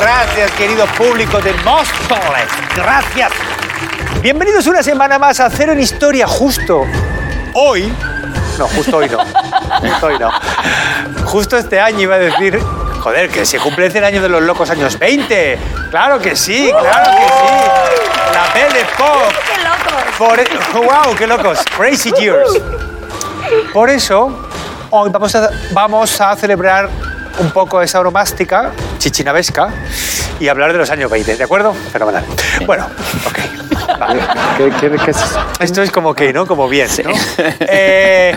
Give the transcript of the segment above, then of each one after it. Gracias, querido público de Móstoles. Gracias. Bienvenidos una semana más a Cero en Historia, justo hoy. No, justo hoy no. Justo hoy no. Justo este año iba a decir. Joder, que se cumple el año de los locos años 20. Claro que sí, claro que sí. La Belle Époque. ¡Qué locos! Por, ¡Wow! ¡Qué locos! Crazy Years. Por eso, hoy vamos a, vamos a celebrar un poco esa oromástica chichinavesca y hablar de los años 20, ¿de acuerdo? Fenomenal. Bueno, ok. vale. ¿Qué, qué, qué es? Esto es como que, ¿no? Como bien, ¿no? Eh,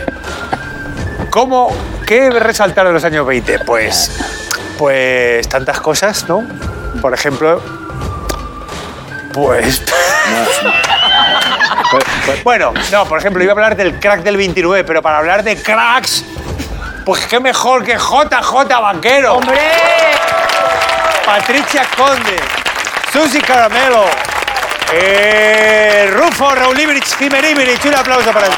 ¿Cómo? ¿Qué resaltar de los años 20? Pues, pues tantas cosas, ¿no? Por ejemplo, pues... Bueno, no, por ejemplo, iba a hablar del crack del 29, pero para hablar de cracks, pues qué mejor que JJ Banquero. ¡Hombre! Patricia Conde, Susi Caramelo, eh, Rufo Raulíbrich Jimeríbrich. Un aplauso para él.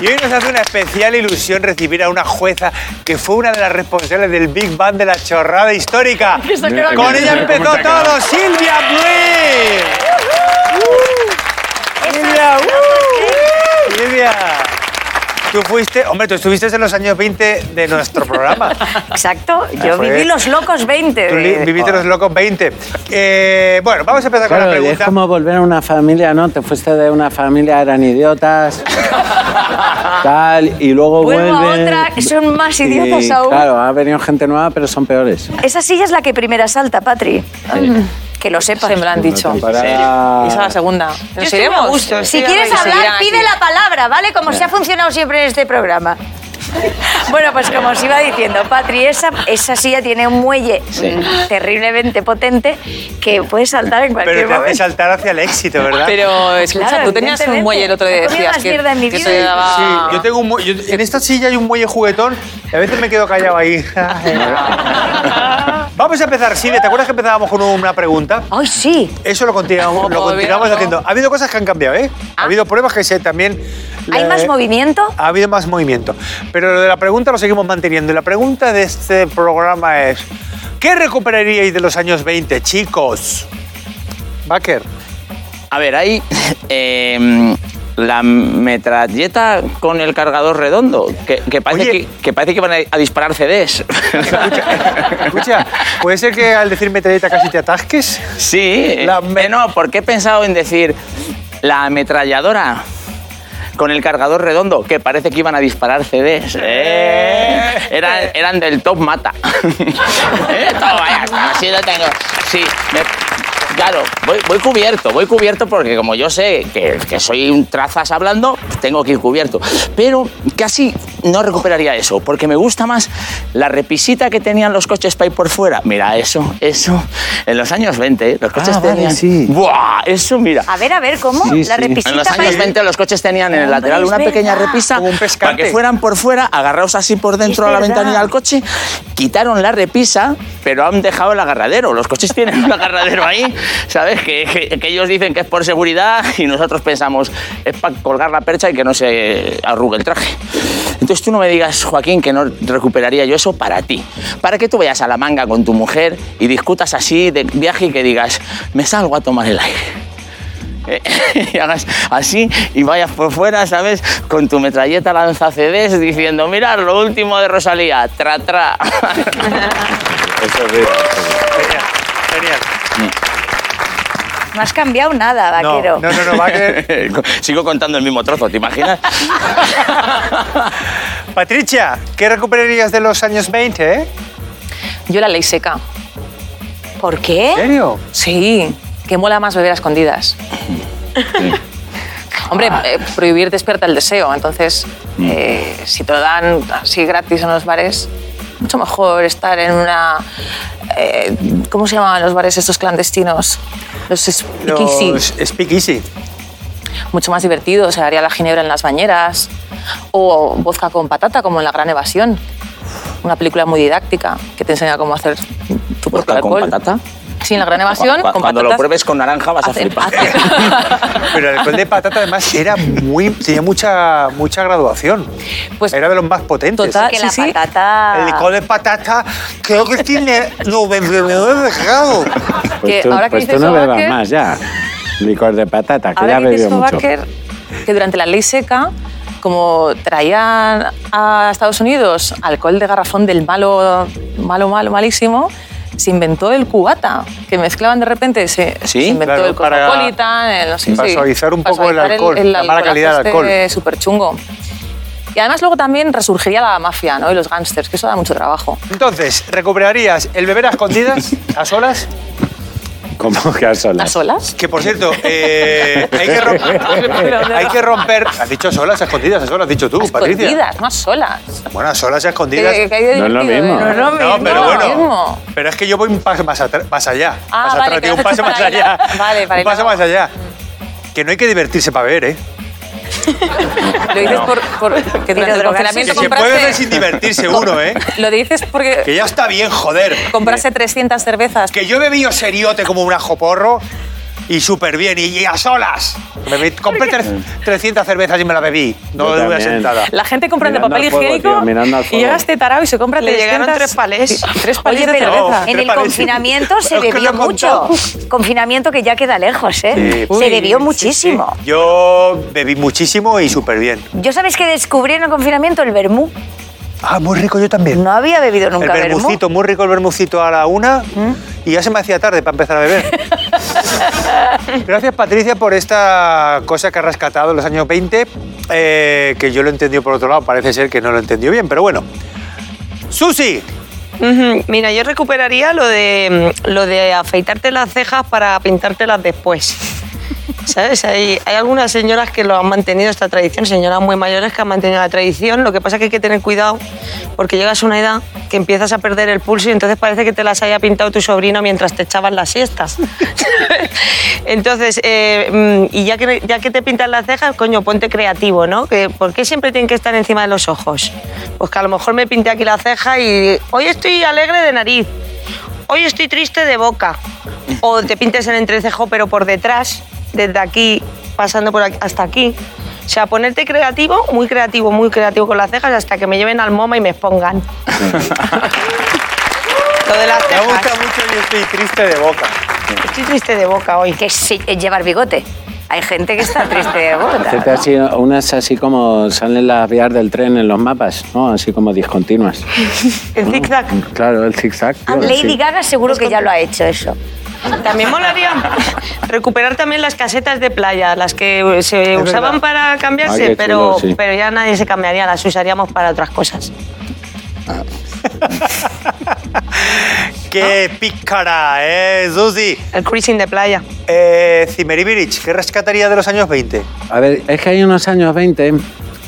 Y hoy nos hace una especial ilusión recibir a una jueza que fue una de las responsables del Big Bang de la chorrada histórica. Que se ha quedado- Con ella mira cómo empezó se ha quedado. todo, Silvia Bluin. Silvia, uh, Silvia. Tú fuiste, hombre, tú estuviste en los años 20 de nuestro programa. Exacto, yo Ah, fue- viví los locos 20. Tú li- de- viviste los locos 20. Eh, bueno, vamos a empezar con Claro, la y es pregunta. como volver a una familia, ¿no? Te fuiste de una familia, eran idiotas, tal, y luego Vuelvo a vuelven. otra, que son más idiotas y, aún. Claro, ha venido gente nueva, pero son peores. Esa silla es la que primera salta, Patri. Mm, Que lo sepas. Se me lo han dicho. Para- Y Ah. esa es la segunda. Pues ¿Nos estoy iremos? a gusto, Si quieres hablar, pide la palabra, ¿vale? Como se ha funcionado siempre en este programa. Bueno, pues como os iba diciendo, Patri, esa, esa silla tiene un muelle mm, terriblemente potente que puede saltar en cualquier Pero te hace momento. saltar hacia el éxito, ¿verdad? Pero escucha, Claro, tú tenías un evidentemente. muelle el otro día. He comido Decías más que, mierda en mi que vida. te daba- Sí, yo tengo un muelle. En esta silla hay un muelle juguetón y a veces me quedo callado ahí. Vamos a empezar, Silvia. ¿Te acuerdas que empezábamos con una pregunta? ¡Ay, sí! Eso lo continuamos, lo Como continuamos podemos, haciendo. Ha habido cosas que han cambiado, ¿eh? Ha habido pruebas que se también. Ah. ¿Hay eh, más movimiento? Ha habido más movimiento. Pero lo de la pregunta lo seguimos manteniendo. Y la pregunta de este programa es: ¿Qué recuperaríais de los años 20, chicos? Baker. A ver, hay eh, la metralleta con el cargador redondo, que, que parece, Oye. que, que parece que van a, a disparar CDs. Escucha, ¿puede ser que al decir metralleta casi te atasques? sí, La eh, me- no, porque he pensado en decir la ametralladora con el cargador redondo, que parece que iban a disparar CDs. Eh, Eran, eran del top mata. Eh, toma, ya está, así lo tengo. Sí, me- claro, voy, voy cubierto, voy cubierto porque como yo sé que, que soy un trazas hablando, tengo que ir cubierto. Pero casi no recuperaría eso, porque me gusta más la repisita que tenían los coches para ir por fuera. Mira, eso, eso. En los años 20, ¿eh? los coches Ah, vale, tenían... sí. ¡Buah! Eso, mira. A ver, a ver, ¿cómo? Sí, La sí. repisita En los para años ir- 20 los coches tenían en el Hombre, lateral es una pequeña verdad. repisa Como un pescante. para que fueran por fuera, agarrados así por dentro Es a la verdad. ventanilla del coche, quitaron la repisa, pero han dejado el agarradero. Los coches tienen un agarradero ahí, ¿sabes? Que, que- que ellos dicen que es por seguridad y nosotros pensamos es para colgar la percha y que no se arrugue el traje. Entonces tú no me digas, Joaquín, que no recuperaría yo eso para ti. Para que tú vayas a la manga con tu mujer y discutas así de viaje y que digas, me salgo a tomar el aire. Eh, y hagas así y vayas por fuera, ¿sabes? Con tu metralleta lanza CDs diciendo, mirad lo último de Rosalía, tra tra. Genial, genial. No has cambiado nada, No, vaquero. no, no, no, Baker. Sigo contando el mismo trozo, ¿te imaginas? Patricia, ¿qué recuperarías de los años 20, eh? Yo la ley seca. ¿Por qué? ¿En serio? Sí, que mola más beber a escondidas. Hombre, Ah. eh, prohibir despierta el deseo. Entonces, Mm. eh, si te lo dan así gratis en los bares, mucho mejor estar en una. eh, ¿Cómo se llamaban los bares estos clandestinos? Los speakeasy. Los Speak Easy. mucho más divertido. Se haría la ginebra en las bañeras o vodka con patata, como en La Gran Evasión. Una película muy didáctica que te enseña cómo hacer tu propio ¿Vodka con alcohol. patata? sin la gran evasión, Cu- cu- con cuando lo patatas, pruebes con naranja vas hacen- a flipar. hacen- Pero el alcohol de patata además era muy, tenía mucha, mucha graduación. Pues- era de los más potentes. Total. que sí, la sí. patata... El Ah. alcohol de patata creo que tiene 99 grados. que Pues tú, ahora que pues tú dices no bebas Sobaker- más ya. Licor de patata, que Ahora ya que dice bebió mucho. Barker que durante la ley seca, como traían a Estados Unidos alcohol de garrafón del malo, malo, malo, malísimo, se inventó el cubata, que mezclaban de repente, se, Sí, se inventó claro, el para- cosmopolitan, el no sé para sí, suavizar un para poco el suavizar alcohol, la mala calidad del alcohol. Súper chungo. este Y además luego también resurgiría la mafia ¿no? y los gángsters, que eso da mucho trabajo. Entonces, ¿recuperarías el beber a escondidas, a solas? Como que a ¿A solas. solas? Que por cierto, eh, hay, que romper, hay que romper. Has dicho solas, a escondidas, a solas, has dicho tú, Patricia. Escondidas, no a solas. Bueno, a solas, a Que- escondidas. que hay de No es lo divertido, mismo. ¿eh? No es lo No, mismo, pero no es lo bueno. mismo. Pero es que yo voy un paso más, atr- más allá. Ah, más vale, atrás, que digo, un haces paso para más ir allá. a- Vale, para un ir a- paso más allá. Que no hay que divertirse para beber, ¿eh? Lo dices por, por- que durante drogarse el Que confinamiento se puede compraste- beber sin divertirse uno, ¿eh? Lo dices Que porque ya está bien, joder. compraste 300 cervezas. Que yo he bebido seriote como un ajo porro y súper bien, y, y a solas. Me bebí- compré tre- 300 cervezas y me las bebí, no Mm. Yo de una también. sentada. La gente compra de Mirando papel al fuego, higiénico tío, mirando al y fuego. llegaste tarao y se compra Le 300 llegaron tres palés. Tres palés Oye, de pero cerveza. en ¿Te el parece? confinamiento se Es que lo bebió he contado. mucho. Confinamiento que ya queda lejos, ¿eh? Sí. se bebió muchísimo. Yo bebí muchísimo y súper bien. Yo sabes que descubrí en el confinamiento el vermú. Ah, muy rico yo también. No había bebido el nunca vermú. bermucito, muy rico el bermucito a la una y ya se me hacía tarde para empezar a beber. Gracias Patricia por esta cosa que has rescatado en los años 20, eh, que yo lo entendió por otro lado, parece ser que no lo entendió bien, pero bueno. Susi, Ujú, Mira, yo recuperaría lo de, lo de afeitarte las cejas para pintártelas después. ¿Sabes? Hay, hay algunas señoras que lo han mantenido esta tradición, señoras muy mayores que han mantenido la tradición. Lo que pasa es que hay que tener cuidado porque llegas a una edad que empiezas a perder el pulso y entonces parece que te las haya pintado tu sobrino mientras te echabas las siestas. entonces, eh, mm, y ya que, ya que te pintas las cejas, coño, ponte creativo, ¿no? Que, ¿Por qué siempre tienen que estar encima de los ojos? Pues que a lo mejor me pinté aquí la ceja y hoy estoy alegre de nariz hoy estoy triste de boca. O te pintes el entrecejo, pero por detrás, desde aquí, pasando por aquí, hasta aquí. O sea, ponerte creativo, muy creativo, muy creativo con las cejas, hasta que me lleven al MoMA y me expongan. Lo de las me gusta cejas. mucho y estoy triste de boca. Estoy triste de boca hoy. Que es eh, llevar bigote. Hay gente que está triste de boca. Se te ha sido unas así como salen las vías del tren en los mapas, ¿no? Así como discontinuas. En zigzag. Claro, el zigzag. Ah, tío, Lady sí. Gaga seguro que ya lo ha hecho eso. También molaría recuperar también las casetas de playa, las que se usaban para cambiarse, Ah, qué pero, chulo, sí. pero ya nadie se cambiaría, las usaríamos para otras cosas. Qué Ah. pícara, eh, Susi. El cruising de playa. Eh, Cimeribirich, ¿qué rescataría de los años 20? A ver, es que hay unos años 20,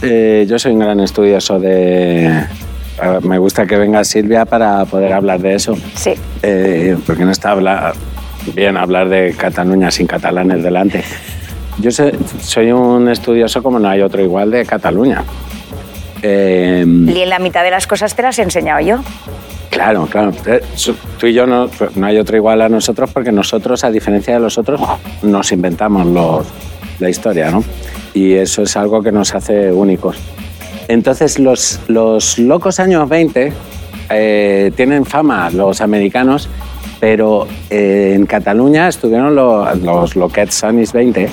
eh, yo soy un gran estudioso de... a ver, me gusta que venga Silvia para poder hablar de eso. Sí. Eh, porque no está habla- bien hablar de Cataluña sin catalanes delante. Yo sé- soy un estudioso como no hay otro igual de Cataluña. Eh, Y en la mitad de las cosas te las he enseñado yo. claro, claro. Eh, so- Tú y yo no, pues, no hay otro igual a nosotros porque nosotros, a diferencia de los otros, nos inventamos los- la historia, ¿no? Y eso es algo que nos hace únicos. Entonces, los, los locos años 20 eh, tienen fama los americanos, pero eh, en Cataluña estuvieron lo- los loquets años 20,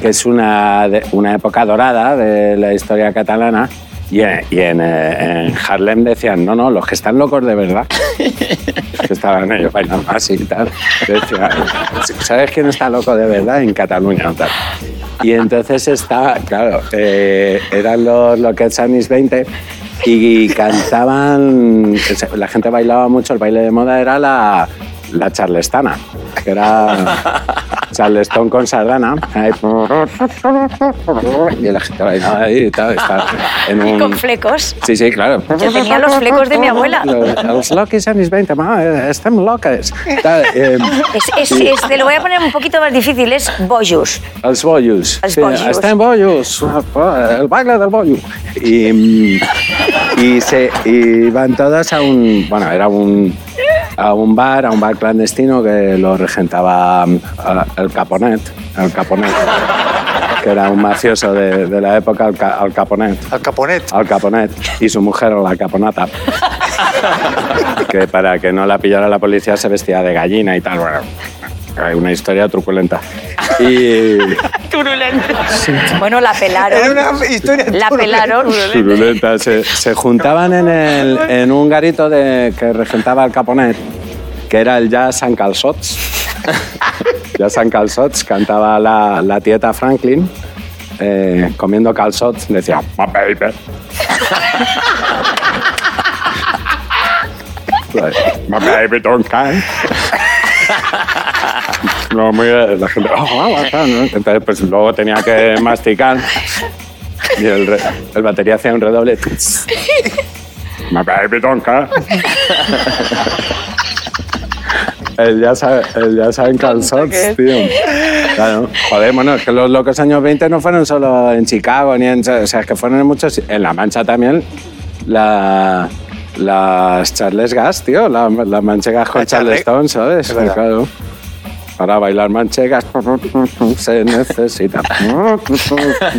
que es una, de- una época dorada de la historia catalana. Y, eh, y en, eh, en Harlem decían, no, no, los que están locos de verdad, que estaban ellos bailando así y tal, decían, ¿sabes quién está loco de verdad? En Cataluña. Tal. Y entonces estaba, claro, eh, eran los Lockets Anis 20 y cantaban, la gente bailaba mucho, el baile de moda era la, la charlestana, que era charlestón con sardana. ahí, Y la gente bailaba ahí y tal, está en Y un... con flecos. Sí, sí, claro. Yo tenía los flecos de mi abuela. Los, los Lockets Anis 20, ma, eh, están locas. Tal, eh, Es, es- es- te lo voy a poner un poquito más difícil, es Boyus. Els bollos. Els bollos. Està en bollos. El baile del bollo. I, i, se, i van totes a un... Bueno, era un, a un bar, a un bar clandestino que lo regentaba mm, a- el Caponet, el Caponet, que era un mafioso de, de la época, al, Ca- al Caponet, Al Caponet. al Caponet, y su mujer, la Caponata, que para que no la pillara la policía se vestía de gallina y tal. Bueno, hay una historia truculenta. Y Bueno, la pelaron. Era una historia. La pelaron. Turulenta. Se, se juntaban en, el- en un garito de, que regentaba el Caponet, que era el Jazz San Calzots. Jazz San Calzots cantaba la, la tieta Franklin. eh, comiendo calzots decía "My baby". Like, "My Pues, baby don't care". No, muy de- la gente, "Oh, wow, wow", ¿no? Entonces, pues luego tenía que masticar y el, re- el batería hacía un redoble. My baby don't care. El ya, sabe, el ya saben calzots, tío. Claro. Joder, bueno, es que los locos años 20 no fueron solo en Chicago, ni en. O sea, es que fueron en muchos. En La Mancha también. La, las Charles Gas, tío. La, la manchegas con La Charle- Charleston, ¿sabes? Es verdad. Claro. Para bailar manchegas se necesita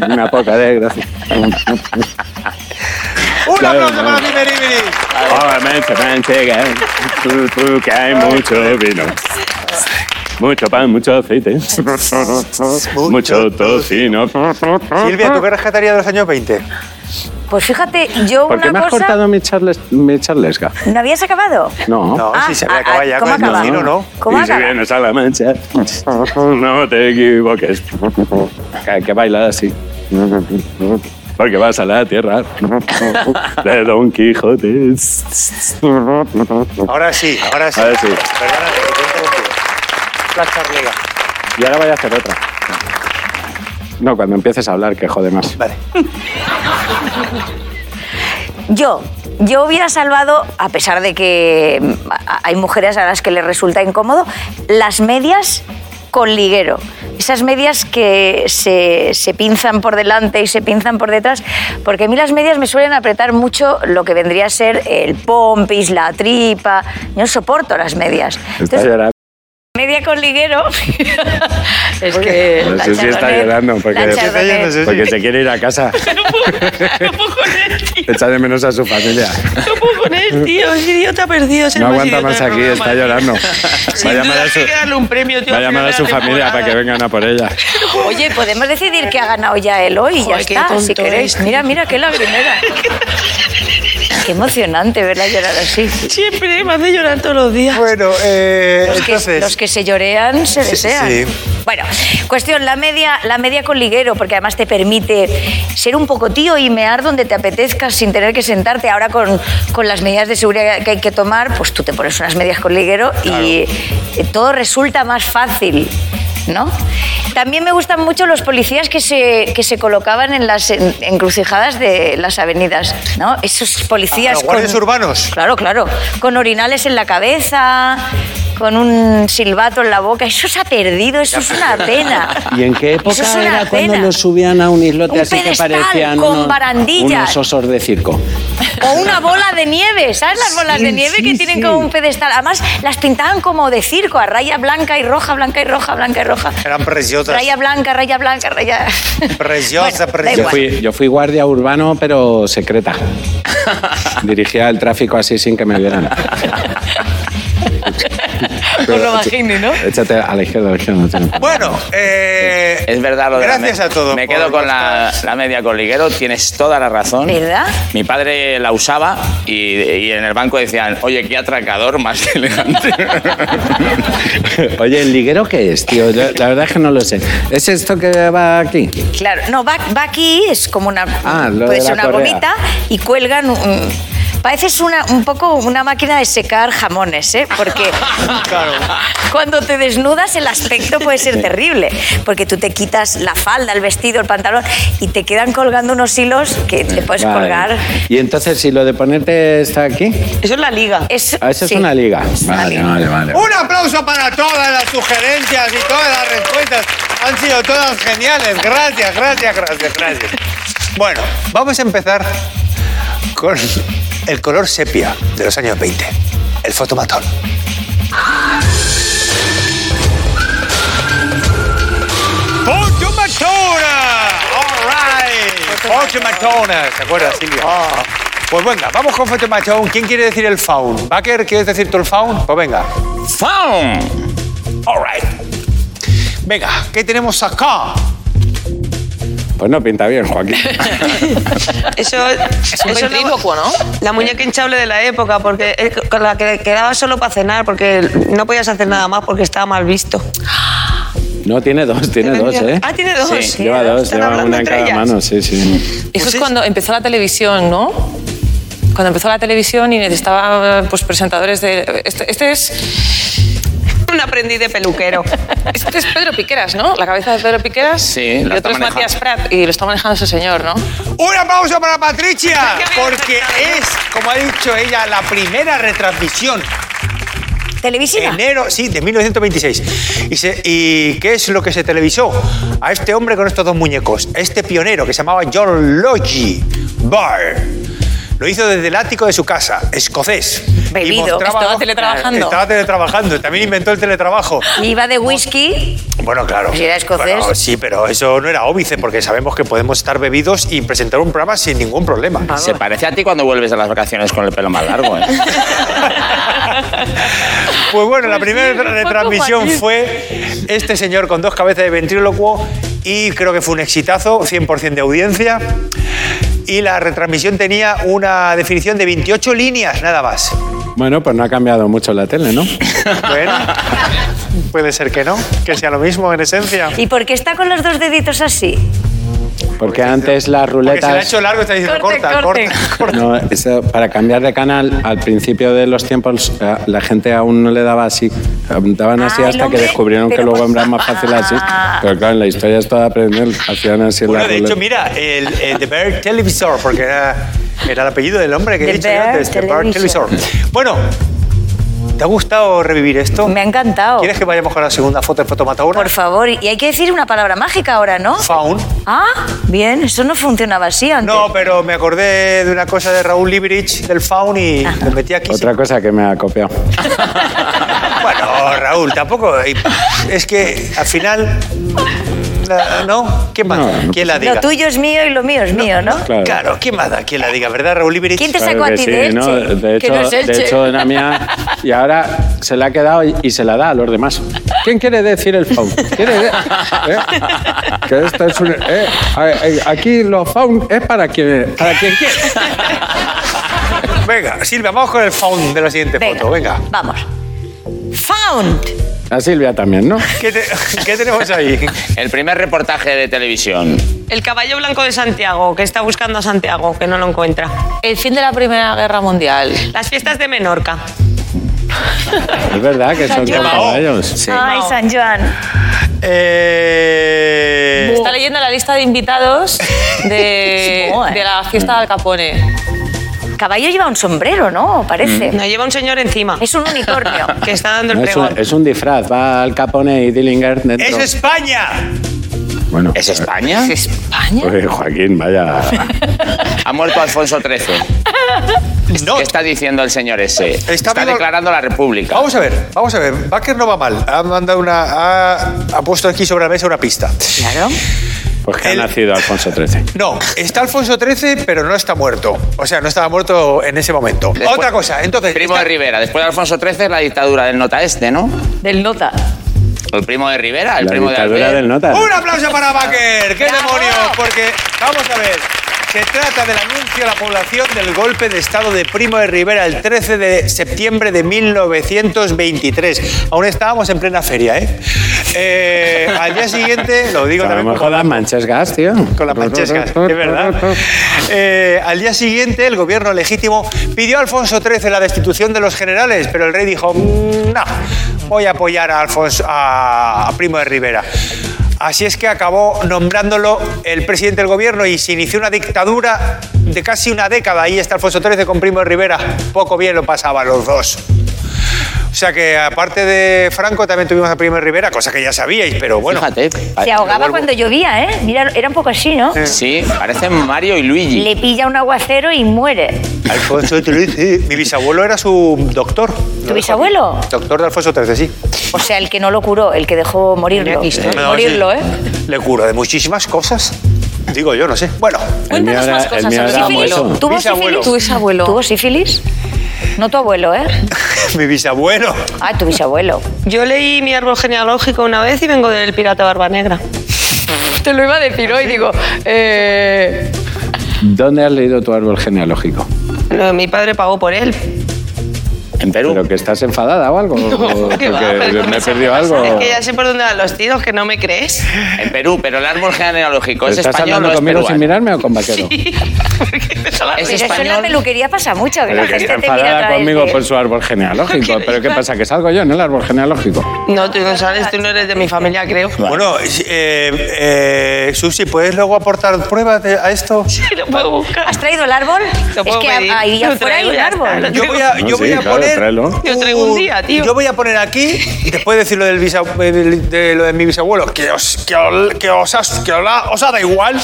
una poca de gracia. Un Claro, aplauso claro. para Vivi Riveri. Obviamente manchegas, tú, tú, que hay mucho vino. Mucho pan, mucho aceite, mucho tocino. Silvia, ¿tú qué rescatarías de los años 20? Pues fíjate, yo ¿Por qué me una has cosa. cortado mi, charles, mi charlesca? ¿No habías acabado? No. No, Ah, si se ah, había acabado ah, ya ¿cómo con el acaba? tocino, ¿no? ¿Cómo y si acaba? vienes a la mancha, no te equivoques. Que, que baila así. Porque vas a la tierra de Don Quijote. Ahora sí, ahora sí. Ahora sí. Perdóname, que te he interrumpido. La charlega. Y ahora voy a hacer otra. No, cuando empieces a hablar, que jode más. Vale. Yo, yo hubiera salvado, a pesar de que mm, a- hay mujeres a las que les resulta incómodo, las medias con liguero. Esas medias que se, se pinzan por delante y se pinzan por detrás, porque a mí las medias me suelen apretar mucho lo que vendría a ser el pompis, la tripa. Yo no soporto las medias. Está Entonces, llorando. media con liguero. es que. No la sé si pues está Chardonnay- llorando, porque- la Está Chardonnay- yendo, sí. Porque se quiere ir a casa. Echa de menos a su familia. con él, tío? Es idiota perdido. es el No aguanta idiota más del aquí, programa. está llorando. Sin Va a duda, llamar a hay su, que darle un premio, tío. va a llamar a final su de familia para que temporada. vengan a por ella. Oye, podemos decidir que ha ganado ya él hoy y ya Joder, qué está, si tonto queréis. eres. Mira, mira, qué lagrimera. qué emocionante verla llorar así. Siempre me hace llorar todos los días. Bueno, eh, Los que, entonces. los que se llorean se desean. sí. Bueno, cuestión, la media, la media con liguero, porque además te permite ser un poco tío y mear donde te apetezca sin tener que sentarte. Ahora con, con las medidas de seguridad que hay que tomar, pues tú te pones unas medias con liguero y eh, todo resulta más fácil. ¿No? También me gustan mucho los policías que se, que se colocaban en las en- encrucijadas de las avenidas, ¿no? Esos policías Ah, los guardias con- urbanos. Claro, claro. Con orinales en la cabeza, con un silbato en la boca. Eso se ha perdido, eso es una pena. ¿Y en qué época Eso es una era cuando pena. los subían a un islote Un así que pedestal parecían con unos, barandillas. unos osos de circo? O una bola de nieve, ¿sabes las bolas de nieve que tienen como un pedestal? Además, las pintaban como de circo, a raya blanca y roja, blanca y roja, blanca y roja. Eran preciosas. Raya blanca, raya blanca, raya... Preciosa, da preciosa. Yo igual. fui, Fui- Yo fui guardia urbano, pero secreta. Dirigía el tráfico así sin que me vieran. eh, Os Pues lo imagino, ¿no? Échate a la izquierda, a la izquierda. tío. Bueno, eh, Es verdad lo de la Gracias me- a todos Me por quedo con la, la media con liguero, tienes toda la razón. ¿Verdad? Mi padre la usaba y, y en el banco decían, oye, qué atracador más elegante. Oye, ¿el liguero qué es, tío? Yo- la verdad es que no lo sé. ¿Es esto que va aquí? Claro, no, va, va aquí, es como una. Ah, lo puede de ser la una correa. gomita y cuelgan. un- pareces una, un poco una máquina de secar jamones, ¿eh? Porque cuando te desnudas el aspecto puede ser terrible, porque tú te quitas la falda, el vestido, el pantalón y te quedan colgando unos hilos que te puedes Eh, Vale. Pues colgar. Y entonces, si lo de ponerte está aquí, Eso es la liga. Es, ah, eso es sí. una liga. Vale, liga. vale, vale. Un aplauso para todas las sugerencias y todas las respuestas. Han sido todas geniales. Gracias, gracias, gracias, gracias. Bueno, vamos a empezar con el color sepia de los años 20. El fotomatón. ¡Poncho Matona! All right. Poncho Matona. ¿Te acuerdas, Silvia? Pues venga, vamos con Poncho Matón. ¿Quién quiere decir el faun? ¿Baker, quieres decir tú el faun? Pues venga. ¡Faun! All right. Venga, ¿qué tenemos acá? Pues no pinta bien, Joaquín. Eso es un ventrílocuo, ¿no? La muñeca hinchable de la época, porque eh, con la que quedaba solo para cenar, porque no podías hacer nada más porque estaba mal visto. No, tiene dos, tiene dos, ¿eh? Ah, tiene dos. Sí, lleva dos, Están lleva hablando una en entre cada ellas. mano, sí, sí. pues Eso es cuando empezó la televisión, ¿no? Cuando empezó la televisión y necesitaba pues, presentadores de... Este, este es, Un aprendiz de peluquero. este es Pedro Piqueras, ¿no? La cabeza de Pedro Piqueras. Sí, y otro la está es manejando. Matías Prat y lo está manejando ese señor, ¿no? Un aplauso para Patricia, Qué bien porque es, como ha dicho ella, la primera retransmisión ¿Televisiva? enero, sí, de 1926. Y, se- ¿Y qué es lo que se televisó? A este hombre con estos dos muñecos, este pionero que se llamaba John Logie Barr. Lo hizo desde el ático de su casa, escocés. Y Bebido, mostraba- estaba teletrabajando. Estaba teletrabajando, también inventó el teletrabajo. Iba de whisky. Bueno, claro. Si era escocés. Bueno, sí, pero eso no era óbice, porque sabemos que podemos estar bebidos y presentar un programa sin ningún problema. Se parece a ti cuando vuelves a las vacaciones con el pelo más largo, ¿eh? Pues bueno, la primera retransmisión fue este señor con dos cabezas de ventrílocuo y creo que fue un exitazo, 100% de audiencia. Y la retransmisión tenía una definición de 28 líneas nada más. Bueno, pues no ha cambiado mucho la tele, ¿no? Bueno, puede ser que no, que sea lo mismo en esencia. ¿Y por qué está con los dos deditos así? Porque antes las Porque se le ha ruletas... hecho largo, está diciendo Corte, corta, corte. corta, corta. No, eso, para cambiar de canal, al principio de los tiempos eh, la gente aún no le daba así, daban así Ah, el hasta que hombre, descubrieron que pero luego pues- era más fácil así. Ah. Pero claro, en la historia es toda aprender, hacían así en Bueno, la de hecho, ruleta. mira, el, el The Bear Televisor, porque era, era el apellido del hombre que he The dicho yo Bear antes, The Bear Televisor. Televisor. Bueno, ¿te ha gustado revivir esto? Me ha encantado. ¿Quieres que vayamos con la segunda foto del fotomatadora? Por favor, y hay que decir una palabra mágica ahora, ¿no? Faun. Ah, bien, eso no funcionaba así antes. No, pero me acordé de una cosa de Raúl Librich del Faun y me metí aquí. Otra cosa que me ha copiado. Bueno, Raúl, tampoco. Es que al final. la- ¿No? ¿Quién más? No, da? no ¿Quién la diga? Lo tuyo es mío y lo mío es mío, ¿no? Claro. Claro, ¿quién más da? ¿Quién la diga? ¿Verdad, Raúl Librich? ¿Quién te Claro sacó a que ti sí, de Elche? ¿no? De hecho, que no es Elche. de hecho, era mía. Y ahora se la ha quedado y, y se la da a los demás. ¿Quién quiere decir el faun? ¿Quiere de- eh? Que esto es un- eh, a- eh, aquí los faun es para quien, para quien quiere. Venga, Silvia, vamos con el Faun de la siguiente foto. Venga. Vamos. Found. A Silvia también, ¿no? ¿Qué, te- qué tenemos ahí? El primer reportaje de televisión. El caballo blanco de Santiago, que está buscando a Santiago, que no lo encuentra. El fin de la Primera Guerra Mundial. Eh. Las fiestas de Menorca. Es verdad que son con caballos. Ay, San Juan. Eh, Está leyendo la lista de invitados de, Joder. de la fiesta de Al Capone. Caballo lleva un sombrero, ¿no? Parece. Nos lleva un señor encima, Es un unicornio. que está dando el No, es, pregón. un, es un disfraz, va al Capone y Dillinger dentro. ¡Es España! bueno, eh, ¿Es España? ¿España? Oye, Joaquín, vaya. Ha muerto Alfonso XIII. No. ¿Qué está diciendo el señor ese? Está, vivo- declarando la república. Vamos a ver, vamos a ver. Baker no va mal. Ha mandado una. Ha, ha puesto aquí sobre la mesa una pista. Claro. Pues que El- ha nacido Alfonso XIII. No, está Alfonso XIII, pero no está muerto. O sea, no estaba muerto en ese momento. Después- Otra cosa, entonces. Primo está- de Rivera. Después de Alfonso XIII es la dictadura del Nota Este, ¿no? Del nota. El primo de Rivera, el La primo de dictadura Albert. del nota. Un aplauso para Baker. ¡Qué Bravo. demonios! Porque, vamos a ver. Se trata del anuncio a la población del golpe de Estado de Primo de Rivera el 13 de septiembre de 1923. Aún estábamos en plena feria, ¿eh? Eh, al día siguiente, lo digo A lo también como- mejor dan manchesgas, tío. con la Francesca, es verdad. Eh, al día siguiente, el gobierno legítimo pidió a Alfonso XIII la destitución de los generales, pero el rey dijo, "Mm, no, voy a apoyar a, Alfonso, a, a Primo de Rivera. Así es que acabó nombrándolo el presidente del gobierno y se inició una dictadura de casi una década. Ahí está Alfonso XIII con Primo de Rivera. Poco bien lo pasaban los dos. O sea que aparte de Franco también tuvimos a Primo de Rivera, cosa que ya sabíais, pero bueno. Fíjate. Se ahogaba cuando llovía, ¿eh? Mira, era un poco así, ¿no? Sí, parecen Mario y Luigi. Le pilla un aguacero y muere. Alfonso XIII. Mi bisabuelo era su doctor. ¿Tu bisabuelo? Doctor de Alfonso XIII, sí. O sea, el que no lo curó, el que dejó morirlo. No, morirlo, sí. ¿eh? Le cura de muchísimas cosas. Digo yo, no sé. Bueno, El mío Cuéntanos era, más el cosas mío sobre era sífilis. abuelo. ¿Tuvo Bisabuelo. sífilis? Tu bisabuelo. ¿Tuvo sífilis? No tu abuelo, ¿eh? mi bisabuelo. Ah, tu bisabuelo. Yo leí mi árbol genealógico una vez y vengo del pirata Barba Negra. Te lo iba a decir hoy, digo. eh, ¿Dónde has leído tu árbol genealógico? Lo- Mi padre pagó por él. En Perú. ¿Pero que estás enfadada o algo? ¿O ¿qué va? porque Pero Oh, me he esa perdido cosa algo. Es que ya sé por dónde van los tiros, que no me crees. En Perú, pero el árbol genealógico es ¿Estás español hablando no es conmigo sin peruano. mirarme o con vaquero? Es Pero eso en la español. peluquería pasa mucho, que Pero la que gente está te mira a enfadada través conmigo de- por su árbol genealógico. ¿Pero qué pasa? ¿Que salgo yo en el árbol genealógico? No, tú González, tú no eres de mi familia, creo. Bueno, eh, eh, Susi, ¿puedes luego aportar pruebas de- a esto? Lo puedo buscar. ¿Has traído el árbol? Lo es puedo que pedir. ahí Lo afuera hay traigo, un ya está, árbol. lo Yo voy a, No, yo sí, voy a claro, poner. tráelo. Yo traigo un día, tío. Yo voy a poner aquí, y después de decir lo, del bisa- del- de, lo de mi bisabuelo, que os, que ol- que os, has- que ola- os ha da igual.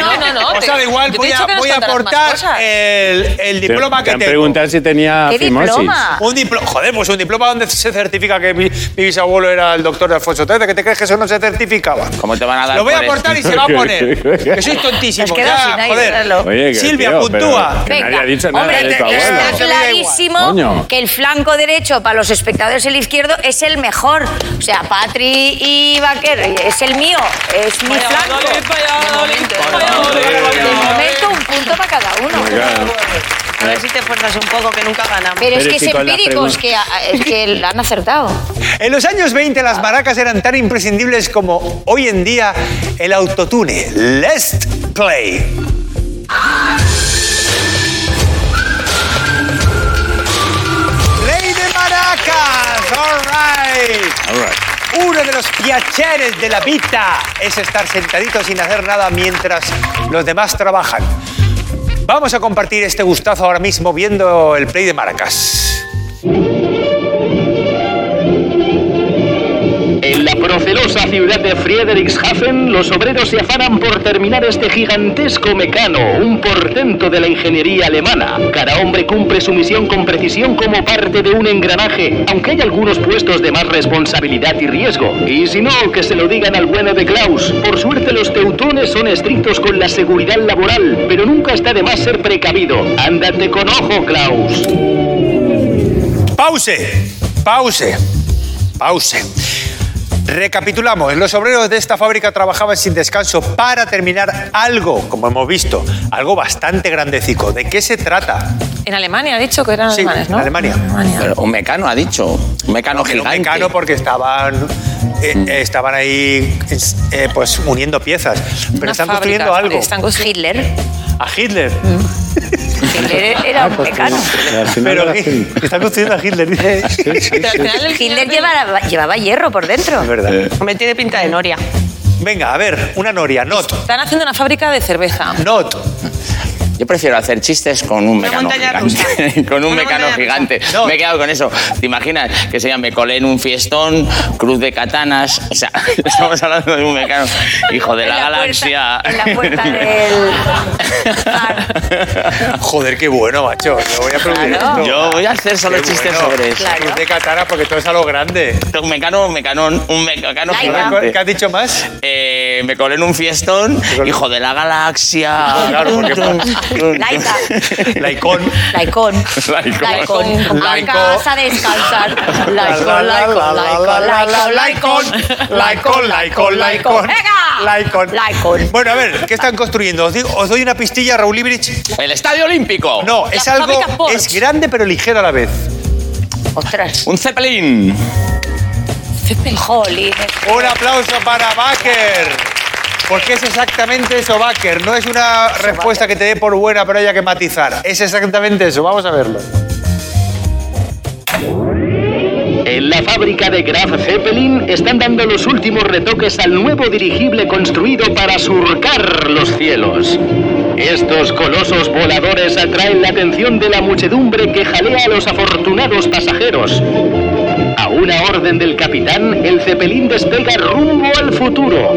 no, no, no. os ha da igual. Voy a, voy a aportar eh. el, el diploma Te que han tengo. preguntado si tenía ¿Qué fimosis. diploma? Un diploma, joder, pues un diploma donde se certifica que mi, mi bisabuelo era el doctor Alfonso XIII, que te crees que eso no se certificaba. ¿Cómo te van a dar Lo voy a por aportar y esto? se va a poner. que sois tontísimos. Has quedado ya, sin aire, joder. claro. Oye, que, Silvia, tío, pero puntúa. que nadie Venga, ha dicho nada hombre, de que- tu abuelo. Está Eso me da igual. clarísimo Coño. que el flanco derecho para los espectadores, el izquierdo, es el mejor. O sea, Patri y Vaquero, es el mío, es mi flanco. De momento, un punto para cada uno. Claro. A ver si te esfuerzas un poco, que nunca ganamos. Pero es Pero que es si con la empírico, es pregunta- que, eh, es que la han acertado. En los años 20 las maracas eran tan imprescindibles como hoy en día el autotune. Let's play. Ley de maracas. All right. Uno de los piaceres de la vida es estar sentadito sin hacer nada mientras los demás trabajan. Vamos a compartir este gustazo ahora mismo viendo el play de maracas. En la procelosa ciudad de Friedrichshafen, los obreros se afanan por terminar este gigantesco mecano, un portento de la ingeniería alemana. Cada hombre cumple su misión con precisión como parte de un engranaje, aunque hay algunos puestos de más responsabilidad y riesgo. Y si no, que se lo digan al bueno de Klaus. Por suerte, los teutones son estrictos con la seguridad laboral, pero nunca está de más ser precavido. Ándate con ojo, Klaus. Pause, pause, pause. Recapitulamos, los obreros de esta fábrica trabajaban sin descanso para terminar algo, como hemos visto, algo bastante grandecico. ¿De qué se trata? En Alemania ha dicho que eran Sí, alemanes, ¿no? en Alemania. Pero un mecano ha dicho. Un mecano El gigante. mecano porque estaban, eh, Mm. eh, estaban ahí eh, pues uniendo piezas, pero Una están fábrica, construyendo algo. Están Mm. construyendo. Hitler. A Hitler. Hitler era un mecano. Al final Pero era así. están construyendo a Hitler, dice. Pero al final el Hitler gigante- llevaba, llevaba hierro por dentro. Es verdad. Me tiene pinta de noria. Venga, a ver, una noria, not, Están haciendo una fábrica de cerveza. not. Yo prefiero hacer chistes con un mecano montaña gigante. rusa. con un Una mecano montaña gigante. No. Me he quedado con eso. ¿Te imaginas? Que se llama Me colé en un fiestón, cruz de katanas. O sea, estamos hablando de un mecano. Hijo de En la, puerta- galaxia. en la puerta del. bar. Joder, qué bueno, macho. Yo voy a producir Claro. esto. Yo voy a hacer solo Qué chistes bueno. sobre eso. Claro. Cruz de Catara porque todo es a lo grande. Un mecano, un mecanón, un mecano Ahí va. ¿Qué gigante. has dicho más? Eh, me colé en un fiestón, colé- hijo de la galaxia. Claro, porque- Laika. Laicón. Laicón. Laicón. Laicón. A Laicón. casa descansar. La, Laicón, la, laicón, la, la, laicón, la, la, laicón, laicón. laicón, laicón, laicón, ¡Venga! laicón. Laicón. Bueno, a ver, ¿qué están construyendo? Os, digo- os doy una pistilla, Raúl Ibrich. El Estadio Olímpico. No, es algo. fábrica Porsche. Es grande pero ligero a la vez. Ostras. Un Zeppelin. Jolín. eh. Un aplauso para Baker. Porque es exactamente eso, Baker. No es una respuesta que te dé por buena, pero haya que matizar. Es exactamente eso. Vamos a verlo. En la fábrica de Graf Zeppelin están dando los últimos retoques al nuevo dirigible construido para surcar los cielos. Estos colosos voladores atraen la atención de la muchedumbre que jalea a los afortunados pasajeros. A una orden del capitán, el cepelín despega rumbo al futuro.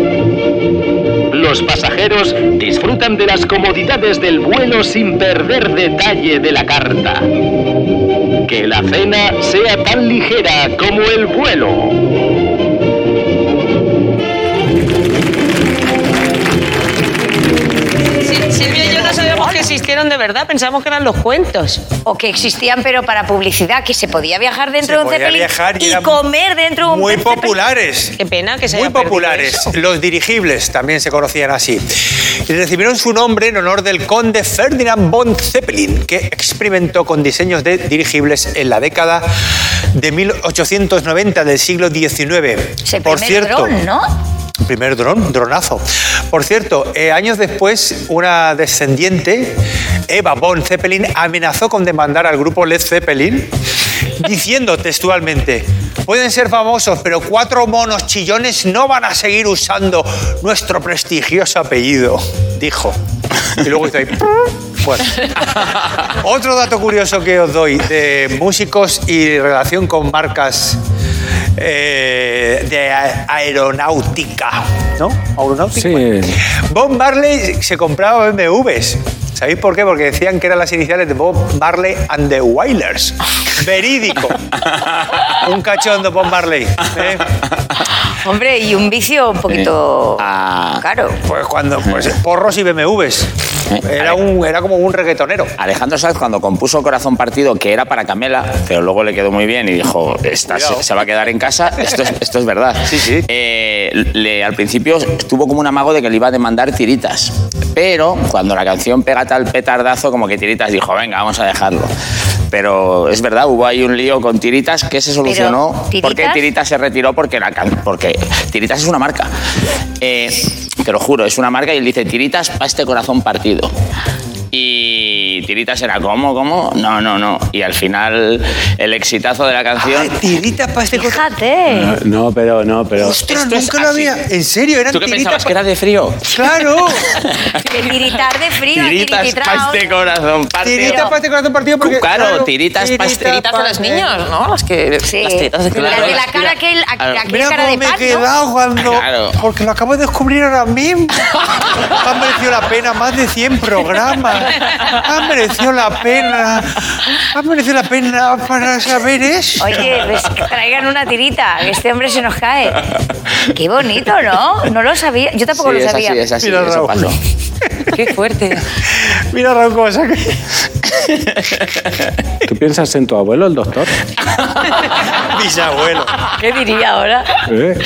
Los pasajeros disfrutan de las comodidades del vuelo sin perder detalle de la carta. Que la cena sea tan ligera como el vuelo. Sí, Silvia y yo no sabíamos que existieron de verdad, pensábamos que eran los cuentos. O que existían, pero para publicidad, que se podía viajar dentro Se de un podía cepelín viajar y y, eran comer dentro de un Muy cepelín. populares. Qué pena que se Muy haya perdido populares. eso. Los dirigibles también se conocían así. Y recibieron su nombre en honor del conde Ferdinand von Zeppelin, que experimentó con diseños de dirigibles en la década de 1890 del siglo XIX. Ese Por primer cierto, dron, ¿no? Primer dron, dronazo. Por cierto, eh, años después, una descendiente, Eva von Zeppelin, amenazó con demandar al grupo Led Zeppelin, diciendo textualmente: Pueden ser famosos, pero cuatro monos chillones no van a seguir usando nuestro prestigioso apellido, dijo. Y luego hizo ahí. Bueno. Otro dato curioso que os doy de músicos y relación con marcas eh, de a- aeronáutica, ¿no? Aeronáutica. Sí. Bob Marley se compraba BMWs. ¿Sabéis por qué? Porque decían que eran las iniciales de Bob Marley and the Wailers. Verídico. Un cachondo Bob Marley. ¿eh? Hombre, y un vicio un poquito Ah. caro. Pues cuando, pues porros y BMWs. Era, un, era como un reggaetonero. Alejandro Sanz cuando compuso Corazón Partido, que era para Camela, pero luego le quedó muy bien y dijo, esta Cuidado. se, se va a quedar en casa, esto es, esto es verdad. Sí, sí. Eh, le- al principio estuvo como un amago de que le iba a demandar tiritas, pero cuando la canción pega tal petardazo, como que tiritas dijo, venga, vamos a dejarlo. Pero es verdad, hubo ahí un lío con Tiritas que se solucionó ¿Tiritas? porque Tiritas se retiró porque la can- porque Tiritas es una marca. Eh, te lo juro, es una marca y él dice Tiritas para este corazón partido. Y Tiritas era ¿cómo? ¿Cómo? No, no, no. Y al final el exitazo de la canción. Tiritas para este coche. Fíjate. No, pero, no, pero. Ostras, Esto es nunca lo así. había. En serio, eran ¿Tú qué tiritas. pensabas que era de frío? pa- Claro. De tiritar de frío, Tiritas para tirititrar. este corazón partido. tiritas para este corazón partido porque. Claro, tiritas pa' este- tiritas Tiritas de pa' los niños, ¿no? Las que. eh, Sí. Las tiritas de La Claro, de la las cara, tira- aquel, aqu- Claro. aquella Mira cara cómo de me he pan, ¿no? quedado cuando. Claro. Porque lo acabo de descubrir ahora mismo. Han merecido la pena más de 100 programas. Han merecido la pena. Han merecido la pena para saber eso. Oye, pues que traigan una tirita, que este hombre se nos cae. Qué bonito, ¿no? No lo sabía. Yo tampoco Sí, lo es así, sabía. es así, Mira, eso Raúl. pasó. Qué fuerte. Mira, Raúl, cómo saca. ¿Tú piensas en tu abuelo, el doctor? Bisabuelo. ¿Qué diría ahora? ¿Eh?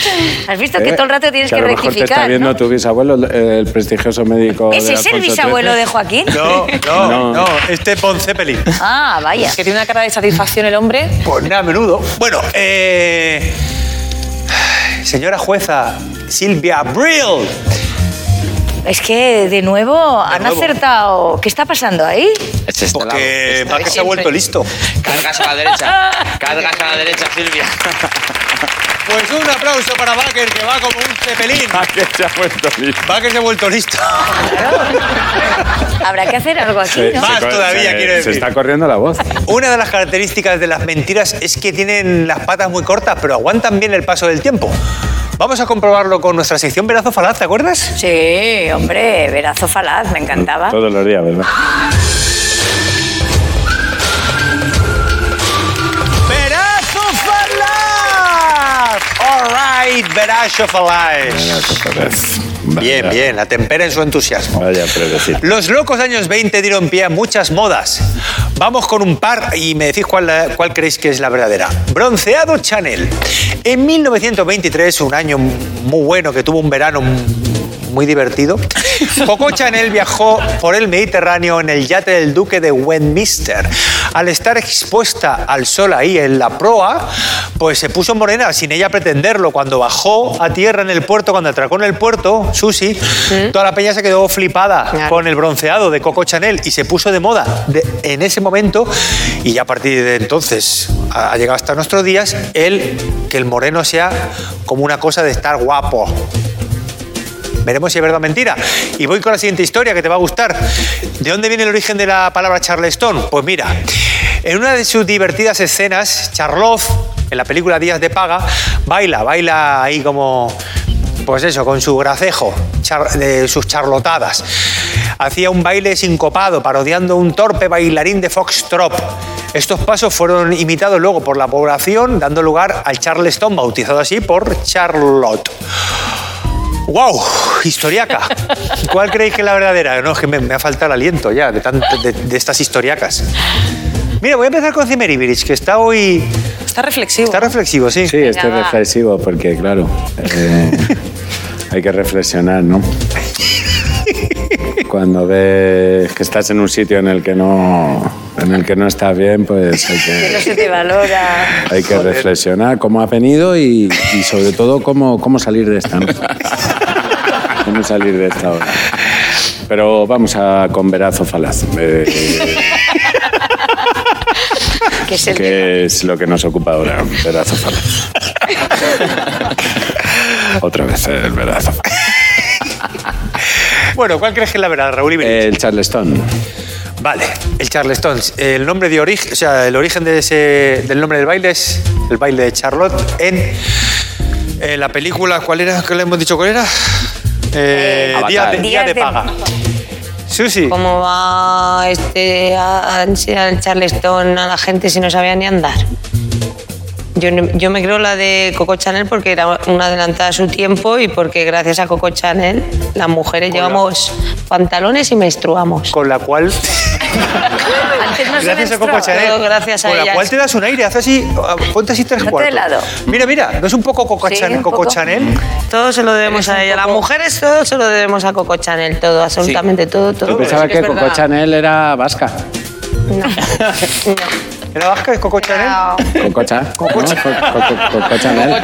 ¿Has visto que todo el rato tienes que que, a lo mejor te rectificar? está viendo ¿no? tu bisabuelo, el, el prestigioso médico. de ¿Ese es el Alfonso bisabuelo XIII. de Joaquín? No, no, No. no. Este es Bon Zeppelin. Ah, vaya. Que tiene una cara de satisfacción el hombre. Pues nada, a menudo. Bueno, eh, señora jueza Silvia Brill. Es que, de nuevo, han nuevo. acertado. ¿Qué está pasando ahí? Este está Porque lado. va que se ha vuelto listo. Cargas a la derecha. Cargas a la derecha, Silvia. Pues un aplauso para Baker, que va como un cepelín. que se ha vuelto listo. Baker se ha vuelto listo. Habrá que hacer algo aquí, ¿no? Más Ah, cor- todavía, quiero Se decir. está corriendo la voz. Una de las características de las mentiras es que tienen las patas muy cortas, pero aguantan bien el paso del tiempo. Vamos a comprobarlo con nuestra sección Verazo Falaz, ¿te acuerdas? Sí, hombre, verazo falaz, me encantaba. Todos los días, ¿verdad? Ah, ¡Verazo Falaz! All right, Verazo Falaz. Bien, bien, atemperen su entusiasmo. Vaya predecir. Los locos años 20 dieron pie a muchas modas. Vamos con un par y me decís cuál, la- cuál creéis que es la verdadera. Bronceado Chanel. En 1923, un año muy bueno que tuvo un verano muy divertido, Coco Chanel viajó por el Mediterráneo en el yate del duque de Westminster. Al estar expuesta al sol ahí en la proa, pues se puso morena sin ella pretenderlo. Cuando bajó a tierra en el puerto, cuando atracó en el puerto, Susi, toda la peña se quedó flipada Claro. con el bronceado de Coco Chanel y se puso de moda de- en ese momento y ya a partir de entonces ha ha llegado hasta nuestros días el que el moreno sea como una cosa de estar guapo. Veremos si es verdad o mentira. Y voy con la siguiente historia que te va a gustar. ¿De dónde viene el origen de la palabra Charleston? Pues mira, en una de sus divertidas escenas, Charlotte, en la película Días de Paga, baila, baila ahí como pues eso, con su gracejo, char- de sus charlotadas. Hacía un baile sincopado, parodiando un torpe bailarín de foxtrot. Estos pasos fueron imitados luego por la población, dando lugar al Charleston, bautizado así por Charlotte. ¡Wow! Historiaca. ¿Cuál creéis que es la verdadera? No, es que me, me ha faltado el aliento ya de, tant- de- de estas historiacas. Mira, voy a empezar con Cimeribirich, que está hoy... Está reflexivo. Está reflexivo, sí. Sí, estoy reflexivo porque, claro, eh, hay que reflexionar, ¿no? Cuando ves que estás en un sitio en el que no, en el que no estás bien, pues hay que... No se te valora. Hay que reflexionar cómo has venido y, y sobre todo cómo, cómo salir de esta. ¿no? Cómo salir de esta hora. Pero vamos a con verazo falaz. eh, Que es el que es lo que nos ocupa ahora, verazo falaz. Otra vez el verazo. falaz. Bueno, ¿cuál crees que es la verdad, Raúl Ibirich? El Charleston. Vale, el Charleston. El nombre de origen, o sea, el origen de ese, del nombre del baile es el baile de Charlotte en eh, la película, ¿cuál era? ¿Qué le hemos dicho cuál era? Eh, Avatar. Día de, Día Días de de- paga. Susi, ¿Cómo va este a- al Charleston a la gente si no sabía ni andar? Yo, no- yo me creo la de Coco Chanel porque era una adelantada a su tiempo y porque gracias a Coco Chanel las mujeres llevamos pantalones y menstruamos. con la cual. Antes no se gracias a Coco menstruaba. Chanel. Todo gracias a con la ellas. cual te das un aire, haces así, ah, ponte así tres Ponte de cuartos. lado. Mira, mira, ¿no es un poco Coco, Sí, Chanel, un Coco poco. Chanel? Todo se lo debemos a ella. Las mujeres todo se lo debemos a Coco Chanel, todo, absolutamente todo, todo. Yo pensaba es que Coco verdad. Chanel era vasca. ¿Era vasca? ¿Es Coco Chanel? Coco Cha. ¿no? Co- co- co- Coco Chanel.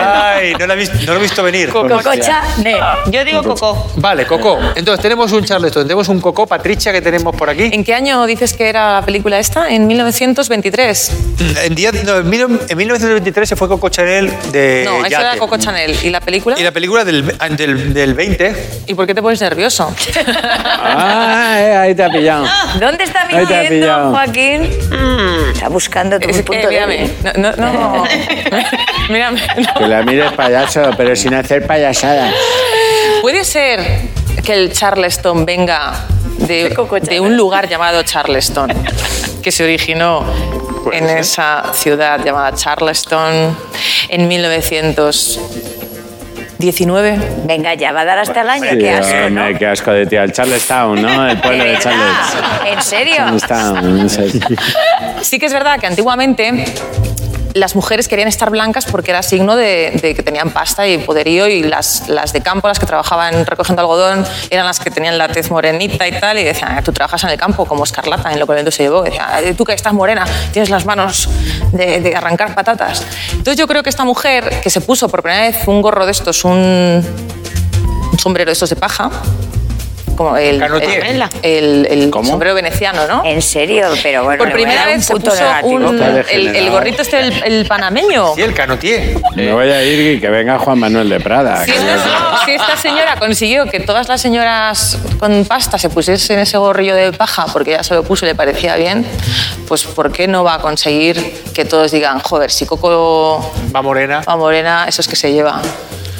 Ay, no, la he visto- no lo he visto venir. Pues, Cococha, ne. Yo digo Coco. Vale, Coco. Entonces tenemos un Charleston, tenemos un Coco Patricia que tenemos por aquí. ¿En qué año dices que era la película esta? En 1923. En, día- no, en mil- en 1923 se fue Coco Chanel de no, esa yate. era Coco Chanel. ¿Y la película? Eh, Y la película del, del, del 20. ¿Y por qué te pones nervioso? Ah, eh, ahí te ha pillado. ¿Dónde está Ahí te ha pillado. mintiendo, Joaquín? Está buscando tu Es que, punto mírame. débil. No, no, no. mírame. Que no. la mires payaso, pero sin hacer payasadas. ¿Puede ser que el Charleston venga de, de un lugar llamado Charleston, que se originó en esa ciudad llamada Charleston en 1919? Venga, ya va a dar hasta el año, Sí, qué asco, ¿no? hombre, qué asco de ti. El Charlestown, ¿no? El pueblo de verdad? Charles. ¿En serio? Charlestown, no sé. Sí que es verdad que antiguamente las mujeres querían estar blancas porque era signo de, de que tenían pasta y poderío y las, las de campo, las que trabajaban recogiendo algodón, eran las que tenían la tez morenita y tal y decían, "Ah, tú trabajas en el campo como escarlata, en lo que el viento se llevó. Decían, "Ah, tú que estás morena, tienes las manos de, de arrancar patatas. Entonces yo creo que esta mujer que se puso por primera vez un gorro de estos, un, un sombrero de estos de paja, como el, Canotier. el, el- el ¿Cómo? sombrero veneciano, ¿no? En serio, pero bueno. Por le voy a primera dar un vez se punto puso negativo. un, Está el, degenerado. el gorrito este, el, el panameño. Sí, el canotier. Me voy a ir y que venga Juan Manuel de Prada. Si esta, si esta señora consiguió que todas las señoras con pasta se pusiesen ese gorrillo de paja porque ya se lo puso y le parecía bien, pues ¿por qué no va a conseguir que todos digan, joder, si Coco Va morena. va morena, eso es que se lleva?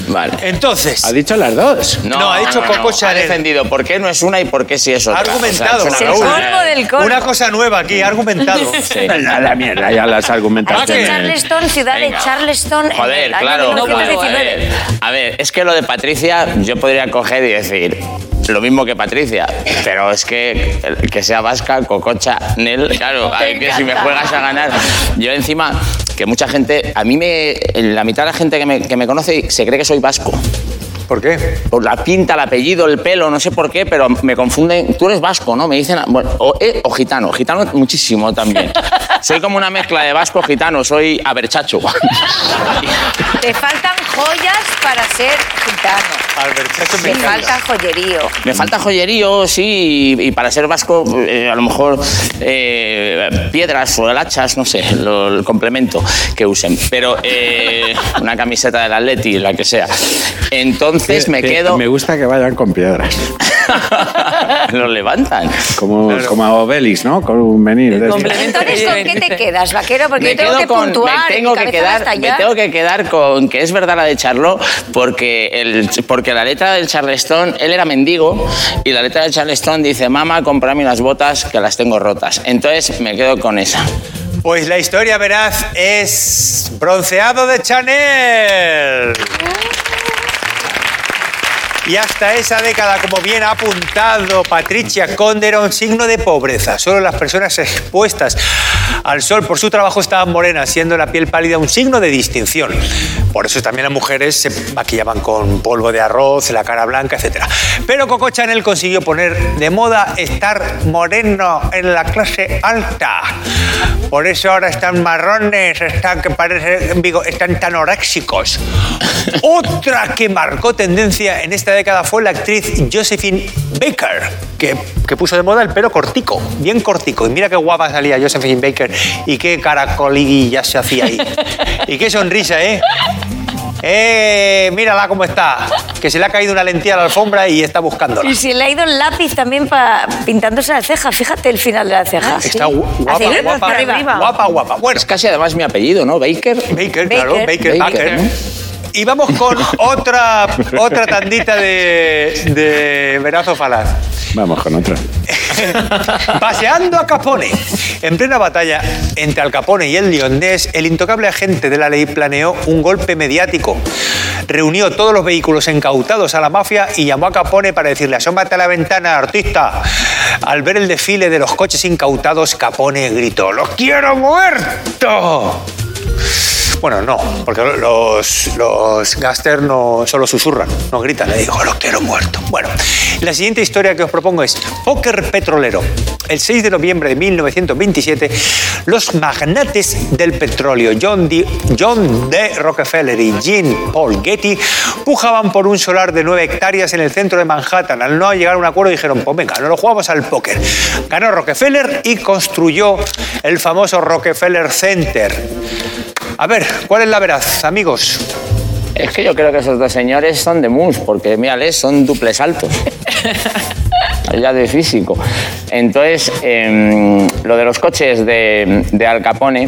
Vale. Entonces, ¿Ha dicho las dos? No, ha dicho Coco Chanel. Ha defendido por qué no es una y por qué sí es ha otra. argumentado. O sea, es una el Raúl. cosa- colmo del colmo. Una cosa nueva aquí, ha argumentado. Sí. A la mierda, ya las Ha Ah, dicho que- argumentaciones. Charleston, ciudad Venga. de Charleston. en Joder, el año claro. no, pero, 1919. joder. A ver, es que lo de Patricia yo podría coger y decir lo mismo que Patricia, pero es que el que sea vasca, cococha, Nel, claro, a ver que si me juegas a ganar. Yo encima, que mucha gente, a mí me, la mitad de la gente que me, que me conoce se cree que soy vasco. ¿Por qué? Por la pinta, el apellido, el pelo, no sé por qué, pero me confunden. Tú eres vasco, ¿no? Me dicen, bueno, o, eh, o gitano, gitano muchísimo también. Soy como una mezcla de vasco, gitano, soy aberchacho. Te faltan joyas para ser gitano. Albert, eso me Me encanta. falta joyerío. Me falta joyerío, sí, y, y para ser vasco, eh, a lo mejor eh, piedras o hachas, no sé, lo- el complemento que usen. Pero eh, una camiseta del Atleti, la que sea. Entonces me Que- que quedo. Me gusta que vayan con piedras. Lo levantan. Como, como a Obelix, ¿no? Con un menir. de estos. Entonces, ¿con qué te quedas, vaquero? Porque me yo tengo quedo que con- puntuar. me mi tengo que cabeza va hasta quedar, me allá. tengo que quedar con que es verdad la de Charlot, porque, el, porque la letra del Charleston, él era mendigo, y la letra del Charleston dice: Mamá, cómprame unas botas que las tengo rotas. Entonces me quedo con esa. Pues la historia, verás, es bronceado de Chanel. Y hasta esa década, como bien ha apuntado Patricia Conde, era un signo de pobreza. Solo las personas expuestas al sol por su trabajo estaban morenas, siendo la piel pálida un signo de distinción. Por eso también las mujeres se maquillaban con polvo de arroz, la cara blanca, etc. Pero Coco Chanel consiguió poner de moda estar moreno en la clase alta. Por eso ahora están marrones, están, que parece, digo, están tan oréxicos. Otra que marcó tendencia en esta década fue la actriz Josephine Baker, que, que puso de moda el pelo cortico, bien cortico. Y mira qué guapa salía Josephine Baker y qué caracolilla se hacía ahí. Y qué sonrisa, ¿eh? ¡Eh! Mírala cómo está. Que se le ha caído una lentilla a la alfombra y está buscándola. Y se le ha ido el lápiz también pa- pintándose la ceja. Fíjate el final de la ceja. Ah, Está gu- guapa, Hacia guapa, para arriba. guapa, guapa. Bueno, Es casi además mi apellido, ¿no? Baker. Baker, claro, Baker, Baker. Baker. Y vamos con otra, otra tandita de, de verazo falaz. Vamos con otra. Paseando a Capone. En plena batalla entre Al Capone y el lionés, el intocable agente de la ley planeó un golpe mediático. Reunió todos los vehículos incautados a la mafia y llamó a Capone para decirle: Asómate a la ventana, artista. Al ver el desfile de los coches incautados, Capone gritó: ¡Los quiero muertos! Bueno, no, porque los, los gangsters no solo susurran, no gritan, le digo, los quiero muerto. Bueno, la siguiente historia que os propongo es Póker Petrolero. El 6 de noviembre de 1927, los magnates del petróleo, John D. John D. Rockefeller y Jean Paul Getty, pujaban por un solar de 9 hectáreas en el centro de Manhattan. Al no llegar a un acuerdo dijeron, pues venga, no lo jugamos al póker. Ganó Rockefeller y construyó el famoso Rockefeller Center. A ver, ¿cuál es la veraz, amigos? Es que yo creo que esos dos señores son de mus, porque mírales, son duples altos. ya de físico. Entonces, em, lo de los coches de, de Al Capone,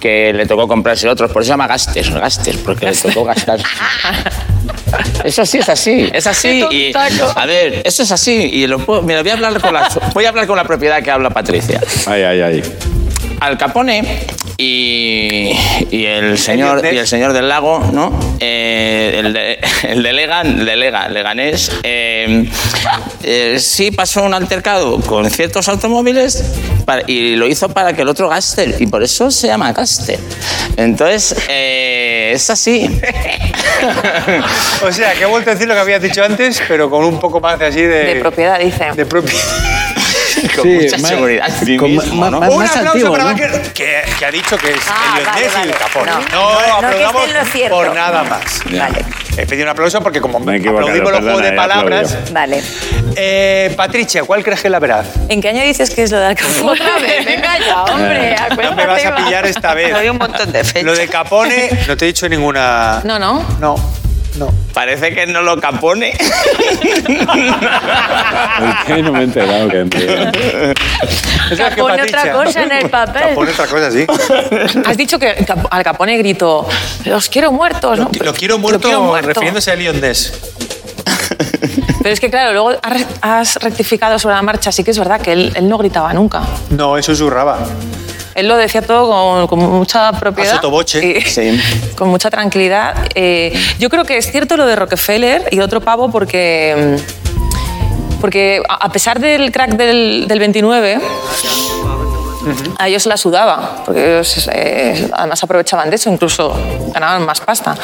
que le tocó comprarse otros, por eso se llama Gaster, Gaster, porque le tocó gastar. Eso sí es así, es así. Y, a ver, eso es así. Y lo puedo- mira, voy a hablar con la, voy a hablar con la propiedad que habla Patricia. Ay, ay, ay. Al Capone y, y el señor y el señor del lago, ¿no? Eh, el, de, el de Legan, de Lega, Leganés. eh, eh, sí pasó un altercado con ciertos automóviles para- y lo hizo para que el otro gaste y por eso se llama gaste. Entonces eh, es así. O sea, que he vuelto a decir lo que habías dicho antes, pero con un poco más de así de... De propiedad, dice. de propi- Con mucha seguridad. en sí con mismo, ma- ¿no? ma- un más aplauso antiguo, para ¿no? Baker, que, que ha dicho que es Ah, el vale, Leonés y vale. el Capone. No, No, no, no, que aplaudamos esté en lo cierto. por nada más. Ya. Vale, He pedido un aplauso porque como Me he equivocado, aplaudimos los juegos de perdona, he palabras... aplaudido. vale. Eh, Patricia, ¿cuál crees que es la veraz? ¿En qué año dices que es lo de Alcafón? Otra vez, venga ya, hombre. Pues No me vas a pillar esta vez. Había un montón Pues, de fechas. Lo de Capone, no te he dicho ninguna... No, no. No, no. Parece que no lo Capone. Ay, no me he enterado que entré. Es la que Capone otra Patricia- cosa en el papel. Capone otra cosa, sí. Has dicho que Cap- Al Capone gritó, los quiero muertos, ¿no? Lo quiero Lo muerto, quiero muerto. refiriéndose a Liondes. Pero es que, claro, luego has re- has rectificado sobre la marcha, así que es verdad que él, él no gritaba nunca. No, eso susurraba. Él lo decía todo con, con mucha propiedad. A sotoboche. Y- Con mucha tranquilidad. Eh, yo creo que es cierto lo de Rockefeller y otro pavo porque... mm, Porque a a pesar del crack del, del 29, a ellos se la sudaba, porque ellos eh, además aprovechaban de eso, incluso ganaban más pasta.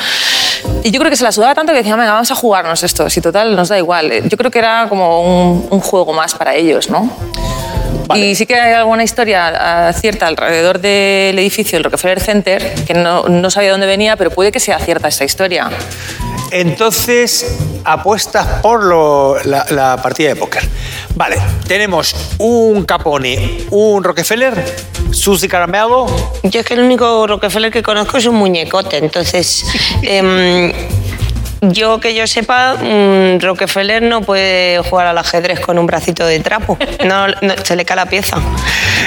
Y yo creo que se la sudaba tanto que decían, venga, vamos a jugarnos esto, si total nos da igual. Eh, Yo creo que era como un, un juego más para ellos, ¿no? Y sí que hay alguna historia ah, cierta alrededor del edificio del Rockefeller Center, que no, no sabía dónde venía, pero puede que sea cierta esta historia. Entonces, apuestas por lo- la, la partida de póker. Vale, tenemos un Capone, un Rockefeller, Susie Caramelo. Yo es que el único Rockefeller que conozco es un muñecote, entonces. em, yo que yo sepa, mm, Rockefeller no puede jugar al ajedrez con un bracito de trapo. No, no, se le cae la pieza.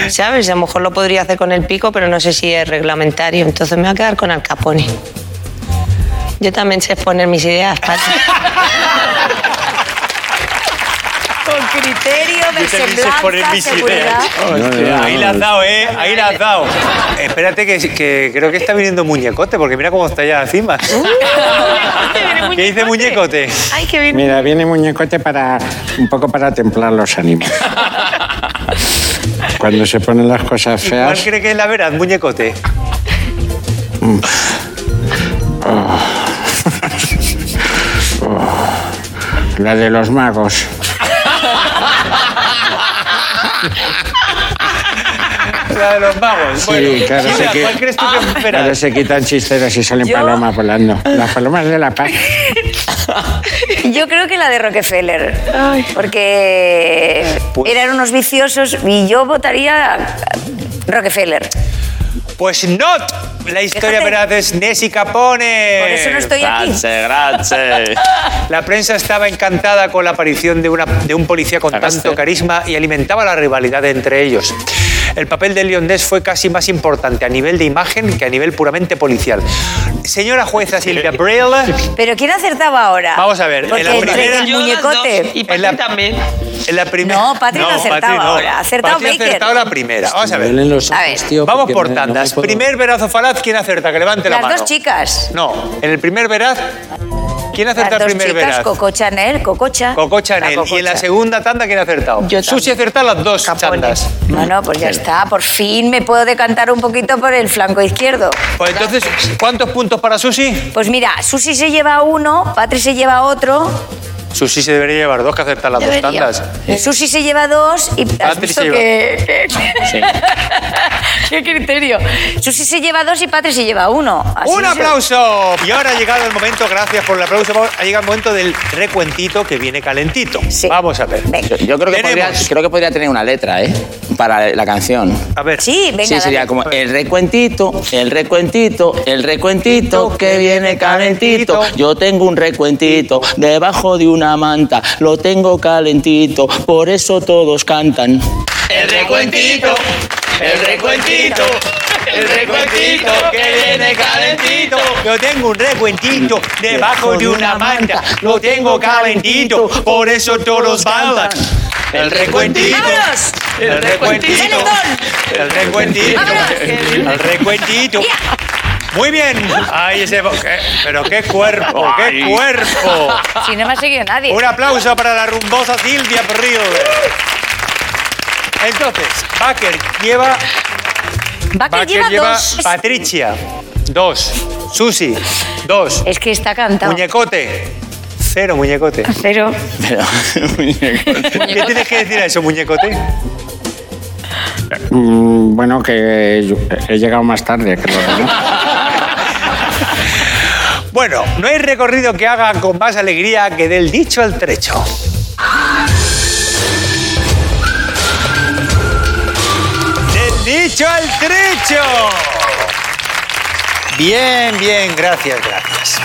¿Sabes? A lo mejor lo podría hacer con el pico, pero no sé si es reglamentario. Entonces me voy a quedar con Al Capone. Yo también sé exponer mis ideas, Pati. Con criterio, de poner semblanza, mis seguridad. ideas. Hostia, Ahí la has dado, ¿eh? Ahí la has dado. Espérate, que, que creo que está viniendo muñecote, porque mira cómo está allá encima. ¿Qué dice muñecote? Ay, qué bien. Mira, viene muñecote para un poco para templar los ánimos. Cuando se ponen las cosas ¿Cuál feas, cree que es la verdad, muñecote? la de los magos. La de los magos. Sí, bueno, claro, Mira, sé que- ¿cuál crees tú que es verdad? Ahora se quitan chisteras y salen palomas volando. Las palomas de la paz. Yo creo que la de Rockefeller. Porque Pues- eran unos viciosos y yo votaría a Rockefeller. Pues not. La historia Fíjate. verdad es Nessie Capone. Por eso no estoy aquí. Grazie, grazie. La prensa estaba encantada con la aparición de, una- de un policía con Agaste. tanto carisma y alimentaba la rivalidad entre ellos. El papel del liondés fue casi más importante a nivel de imagen que a nivel puramente policial. Señora jueza Silvia Brill, Pero ¿quién acertaba ahora? Vamos a ver, en Porque la entre primera- el Yo las dos, muñecote. Y En la- Pati también. en la primera. No, Patri no acertaba ahora, ha acertado Patri ha Baker. acertado la primera. Vamos a Me ver. duelen los A ojos, ver. tío, Vamos porque por ¿eh? no- no me tandas. puedo- Primer verazo falaz, ¿quién acierta? Que levante la Las mano. dos chicas. No, en el primer veraz. ¿Quién Las acerta el dos primer chicas, veraz? Coco Chanel, Cococha. Coco Chanel. La Y en la Cococha. segunda tanda, ¿quién ha acertado? Yo Susi ha acertado las dos tandas. Bueno, pues ya está. Por fin me puedo decantar un poquito por el flanco izquierdo. Pues entonces, ¿cuántos puntos para Susi? Pues mira, Susi se lleva uno, Patri se lleva otro. Susi se debería llevar dos que acertar las dos Debería. tandas. Eh, Susi se lleva dos y has Patri visto se lleva- que... ¿Qué criterio? Susi se lleva dos y Patri se lleva uno. Así ¡Un se- aplauso! Y ahora ha llegado el momento, gracias por el aplauso, ha llegado el momento del recuentito que viene calentito. Sí. Vamos a ver. Venga. Yo, yo creo, que podría, Tenemos. creo que podría tener una letra, ¿eh? Para la canción. A ver. Sí, venga. sí, sería dale. como el recuentito, el recuentito, el recuentito que viene calentito. Yo tengo un recuentito debajo de una manta, lo tengo calentito, por eso todos cantan. El recuentito, el recuentito, el recuentito que viene calentito. Yo tengo un recuentito debajo de una manta, lo tengo calentito, por eso todos bailan. El recuentito, ¡Vámonos! el recuentito, el recuentito, el recuentito. Muy bien. Ay, ese, qué- pero qué cuerpo, qué cuerpo. Si no me ha seguido nadie. Un aplauso para la rumbosa Silvia Perrillo. Entonces, Baker lleva, Baker Baker lleva, lleva, dos. Patricia, dos, Susi, dos, Es que está cantado. Muñecote. Cero muñecote. Pero Pero, ¿Qué tienes que decir a eso, muñecote? Mm, bueno, que yo- he llegado más tarde, creo. ¿no? Bueno, no hay recorrido que haga con más alegría que del dicho al trecho. ¡Del dicho al trecho! Bien, bien, gracias, gracias.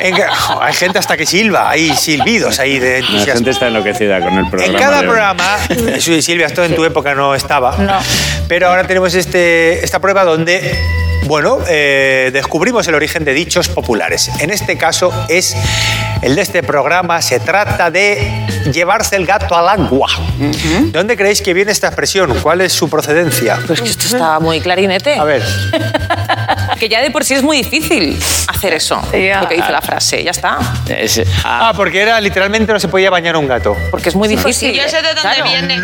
En ca- jo, hay gente hasta que silba, hay silbidos ahí de La entusiasmo. gente está enloquecida con el programa. En cada de hoy. programa, sí, Silvia, esto en tu época no estaba. No. Pero ahora tenemos este, esta prueba donde, bueno, eh, descubrimos el origen de dichos populares. En este caso es el de este programa, se trata de llevarse el gato al agua. ¿De dónde creéis que viene esta expresión? ¿Cuál es su procedencia? Pues que esto está muy clarinete. A ver, Que ya de por sí es muy difícil hacer eso. Lo que dice la frase, ya está. es- ah, ah, porque era literalmente no se podía bañar un gato. Porque es muy difícil. Yo sé de dónde Claro. viene.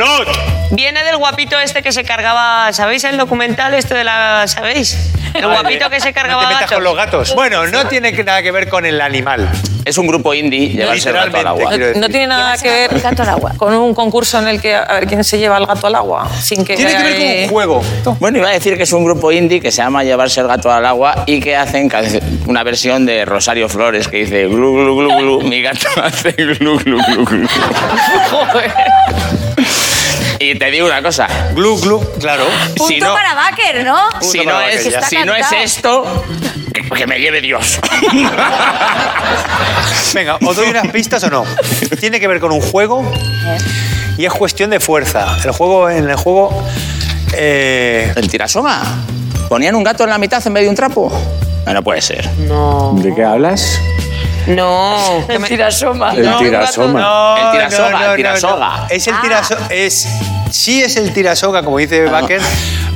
Viene del guapito este que se cargaba, ¿sabéis el documental esto de la, ¿sabéis? El Vale. Ah, guapito que se No cargaba te metas gatos. con los gatos. Bueno, no tiene que- nada que ver con el animal. es un grupo indie llevarse el gato al agua. Literalmente. No, no tiene nada que ver con un concurso en el que a ver quién se lleva el gato al agua. Sin que Tiene que ver con eh, un juego. Bueno, iba a decir que es un grupo indie que se llama Llevarse el gato al agua y que hacen ca- una versión de Rosario Flores que dice glu glu glu glu, mi gato hace glu glu glu glu. Joder. Y te digo una cosa, Glu, glu, claro. Punto si no, para Baker, ¿no? si Punto no, para es, aquella. si no es Está esto, que, que me lleve Dios. Venga, ¿os doy unas pistas o no? Tiene que ver con un juego y es cuestión de fuerza. El juego, en el juego... eh, ¿El tirasoma? ¿Ponían un gato en la mitad en vez de un trapo? No, no puede ser. ¿De qué hablas? No. que me- El tirasoma. El tirasoga, el tirasoga. Es el tirasoga. Es, sí es el tirasoga, como dice Baker,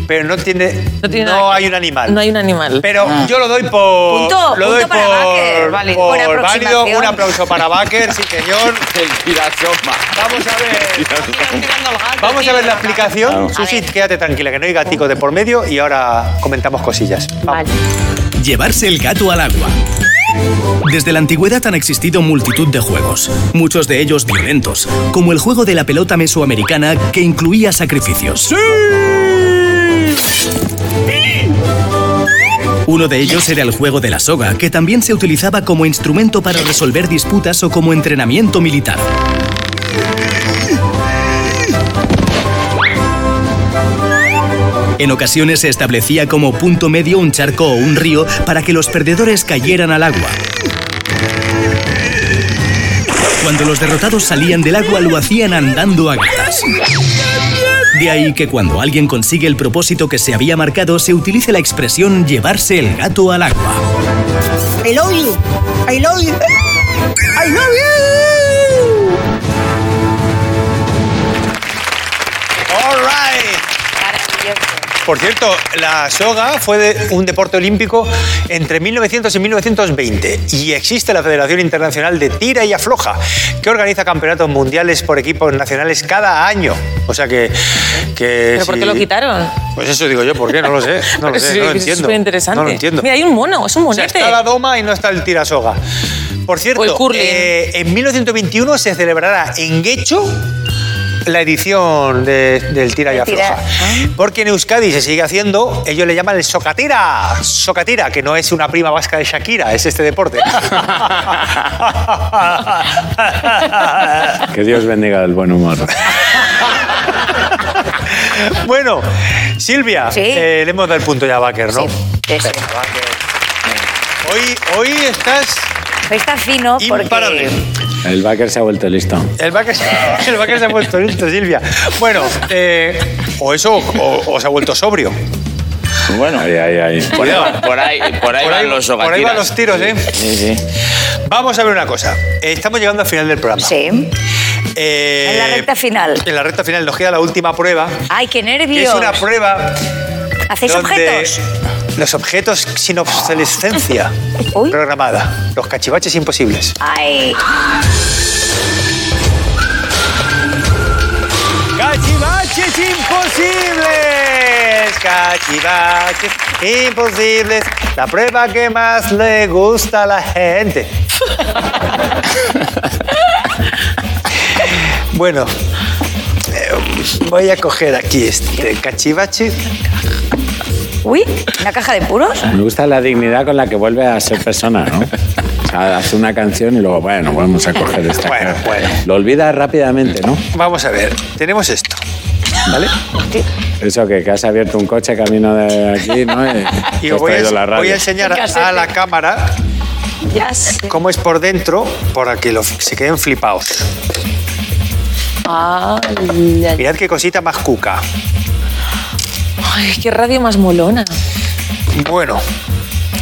pero no tiene. No, No tiene nada que- hay un animal. No hay un animal. Pero yo lo doy por. Punto, lo doy punto para por, Baker, vale, por por válido. aproximación. Un aplauso para Baker, sí, señor. El tirasoma. Vamos a ver. Tirando al gato, Vamos a tío. ver la explicación. Susi, quédate tranquila, que no hay gatico de por medio y ahora comentamos cosillas. Vamos. Llevarse el gato al agua. Desde la antigüedad han existido multitud de juegos, muchos de ellos violentos, como el juego de la pelota mesoamericana que incluía sacrificios. Uno de ellos era el juego de la soga, que también se utilizaba como instrumento para resolver disputas o como entrenamiento militar. En ocasiones se establecía como punto medio un charco o un río para que los perdedores cayeran al agua. Cuando los derrotados salían del agua lo hacían andando a gatas. De ahí que cuando alguien consigue el propósito que se había marcado se utilice la expresión llevarse el gato al agua. I love you. I love you. I love you. All right. Por cierto, la soga fue de- un deporte olímpico entre 1900 y 1920 y existe la Federación Internacional de Tira y Afloja, que organiza campeonatos mundiales por equipos nacionales cada año. O sea que... que ¿Pero por qué si- lo quitaron? Pues eso digo yo, ¿por qué? No lo sé. No lo Pero sé, sí, no lo es entiendo. superinteresante. No lo entiendo. Mira, hay un mono, es un O sea, monete. está la doma y no está el tirasoga. Por O el cierto, curling. eh, en 1921 se celebrará en Guecho la edición de- del tira y El tira. afloja. Porque en Euskadi se sigue haciendo, ellos le llaman el socatira. Socatira, que no es una prima vasca de Shakira, es este deporte. Que Dios bendiga el buen humor. bueno, Silvia, Sí. eh, le hemos dado el punto ya a Baker, ¿no? Sí, eso. Hoy, hoy estás Está fino porque... imparable. El Baker se ha vuelto listo. El vaca, se- el vaca se ha vuelto listo, Silvia. Bueno, eh, o eso, o, o se ha vuelto sobrio. Bueno, Ahí, ahí, ahí. por ahí, por ahí, por ahí van los por ahí van sogatiras. los tiros, ¿eh? Sí, sí. Vamos a ver una cosa. Estamos llegando al final del programa. Sí, Eh, en la recta final. En la recta final nos queda la última prueba. Ay, qué que nervios. es una prueba ¿Hacéis donde objetos? los objetos sin obsolescencia Uy. programada. Los cachivaches imposibles. Ay, ¡Cachivaches imposibles! ¡Cachivaches imposibles! La prueba que más le gusta a la gente. bueno, eh, voy a coger aquí este cachivache. uy, una caja de puros. Me gusta la dignidad con la que vuelve a ser persona, ¿no? O sea, hace una canción y luego, bueno, vamos a coger esta. Bueno, bueno. Lo olvida rápidamente, ¿no? Vamos a ver, tenemos esto. ¿Vale? Eso que, que has abierto un coche camino de aquí, ¿no? Y, Y te os has voy a, traído la radio. voy a enseñar a la cámara cómo es por dentro para que lo- se queden flipados. Mirad qué cosita más cuca. Ay, qué radio más molona. Bueno,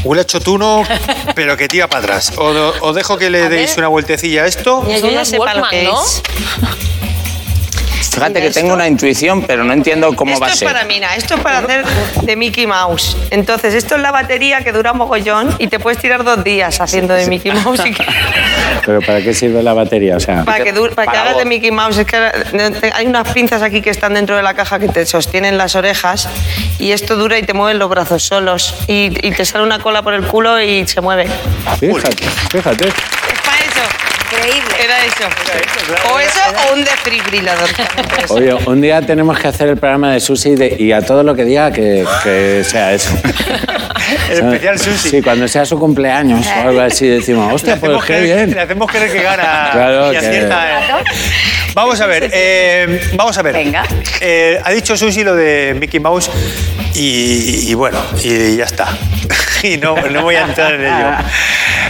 huele a chotuno, pero que tira para atrás. O- Os, dejo que le deis una vueltecilla a esto. Mira, yo Son ya los sé para lo Walkman, que ¿no? es. Fíjate que tengo una intuición, pero no entiendo cómo Esto va a es ser. para Mina, esto es para hacer de Mickey Mouse. Entonces, esto es la batería que dura mogollón y te puedes tirar dos días haciendo de Mickey Mouse y que- Pero ¿para qué sirve la batería? O sea, para que, dur- para que Para hagas de vos. Mickey Mouse. Es que ahora, no, te- hay unas pinzas aquí que están dentro de la caja que te sostienen las orejas y esto dura y te mueven los brazos solos y, y te sale una cola por el culo y se mueve. fíjate, fíjate. Es para eso, Increíble. Era eso. o eso o un desfibrilador. Oye, un día tenemos que hacer el programa de sushi de- y a todo lo que diga que, que sea eso. El especial sushi. Sí, cuando sea su cumpleaños o algo así decimos, hostia, pues hacemos qué creer- bien. le hacemos creer que gana Claro y que- acierta. eh. Vamos a ver, eh, vamos a ver. Venga. ha dicho Susi lo de Mickey Mouse y, y bueno, y ya está. Y no, no voy a entrar en ello.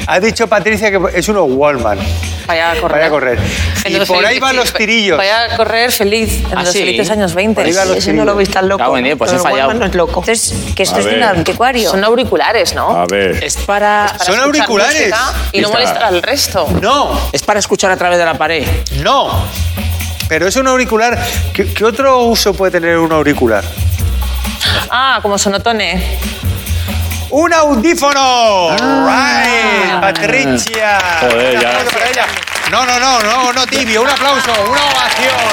Ha dicho Patricia que es uno Wallman. Vaya a correr. Vaya a correr. En Y los por ahí felices- van los tirillos. Vaya a correr feliz en ¿Ah, los sí? felices años 20. Por ahí van los Eso tirillos. tan loco. Cago en diez, pues he Pero el fallado. Walkman no es loco. Entonces, que esto A es de un ver. anticuario. Son auriculares, ¿no? A ver. Pues Es para. para Son escuchar auriculares. música Y no Está. molestar al resto. No. Es para escuchar a través de la pared. No. Pero es un auricular. ¿Qué, qué otro uso puede tener un auricular? Ah, como sonotone. ¡Un Ah. audífono! Right, Patricia. Joder, ya. Un aplauso para ella. No, no, no, no, no tibio. Un aplauso, una ovación.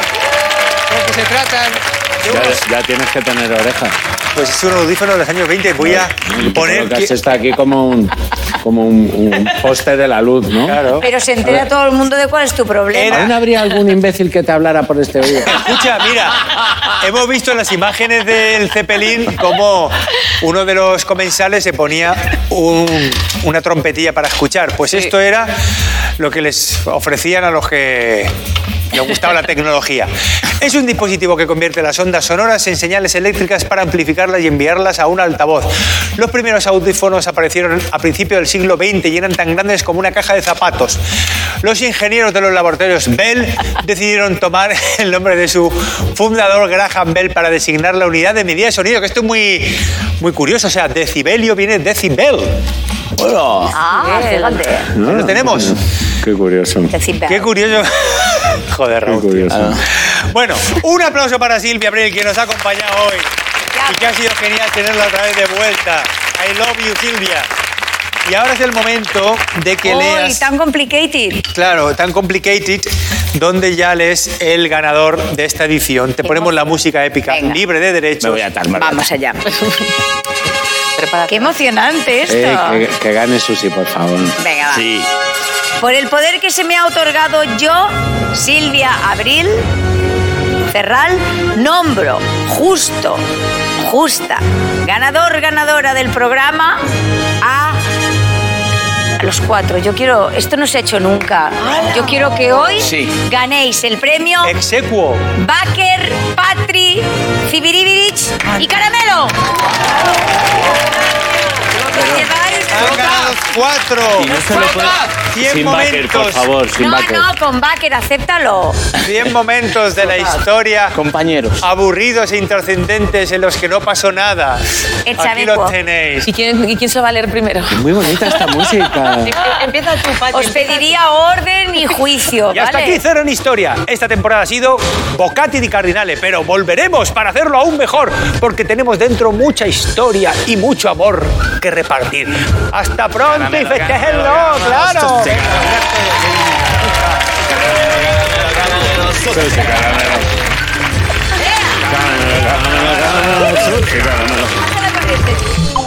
Porque se tratan de Ya, unos... ya tienes que tener oreja. Pues es un audífono de los años 20. Voy a poner... Lo que que- has está aquí como un, como un, un poste de la luz, ¿no? Claro. Pero se entera todo el mundo de cuál es tu problema. ¿Aún habría algún imbécil que te hablara por este oído? Escucha, mira, hemos visto en las imágenes del Zeppelin cómo uno de los comensales se ponía un- una trompetilla para escuchar. Pues esto era lo que les ofrecían a los que les gustaba la tecnología. Es un dispositivo que convierte las ondas sonoras en señales eléctricas para amplificarlas y enviarlas a un altavoz. Los primeros audífonos aparecieron a principios del siglo XX y eran tan grandes como una caja de zapatos. Los ingenieros de los laboratorios Bell decidieron tomar el nombre de su fundador Graham Bell para designar la unidad de medida de sonido, que esto es muy, muy curioso. O sea, decibelio viene de decibel. Bueno, Ah, fíjate. lo tenemos. Qué curioso. Decibel. Qué curioso. Joder, Qué curioso. Bueno, un aplauso para Silvia Abril, que nos ha acompañado hoy. Y que ha sido genial tenerla otra vez de vuelta. I love you, Silvia. Y ahora es el momento de que Uy, leas, tan complicated. claro, tan complicated, donde ya lees el ganador de esta edición. Te ponemos la música épica, libre de derechos. Me voy a atar, Vamos allá. Qué emocionante esto. Eh, que, que gane Susi, por favor. Venga, va. Sí. Por el poder que se me ha otorgado yo, Silvia Abril Ferral, nombro justo, justa, ganador, ganadora del programa a a los cuatro. Yo quiero, esto no se ha hecho nunca. Yo quiero que hoy Sí. ganéis el premio Execuo. Baker, Patri, Zibiribirich y Caramelo. Han ganado cuatro. Y no se lo puede- Cien Sin momentos. Baker, por favor, sin No, Baker. no, con Baker, acéptalo. 100 momentos de la historia. Compañeros. Aburridos e intrascendentes en los que no pasó nada. Aquí Etzabeco. los tenéis. ¿Y quién, ¿Y quién se lo va a leer primero? Muy bonita esta música. Em, Empieza tú, Pati. Os pediría orden y juicio, Y hasta ¿vale? aquí Cero en Historia. Esta temporada ha sido Bocati di Cardinale, pero volveremos para hacerlo aún mejor, porque tenemos dentro mucha historia y mucho amor que repartir. ¡Hasta pronto y festejenlo, claro! Caramelo, caramelo, caramelo, caramelo. este.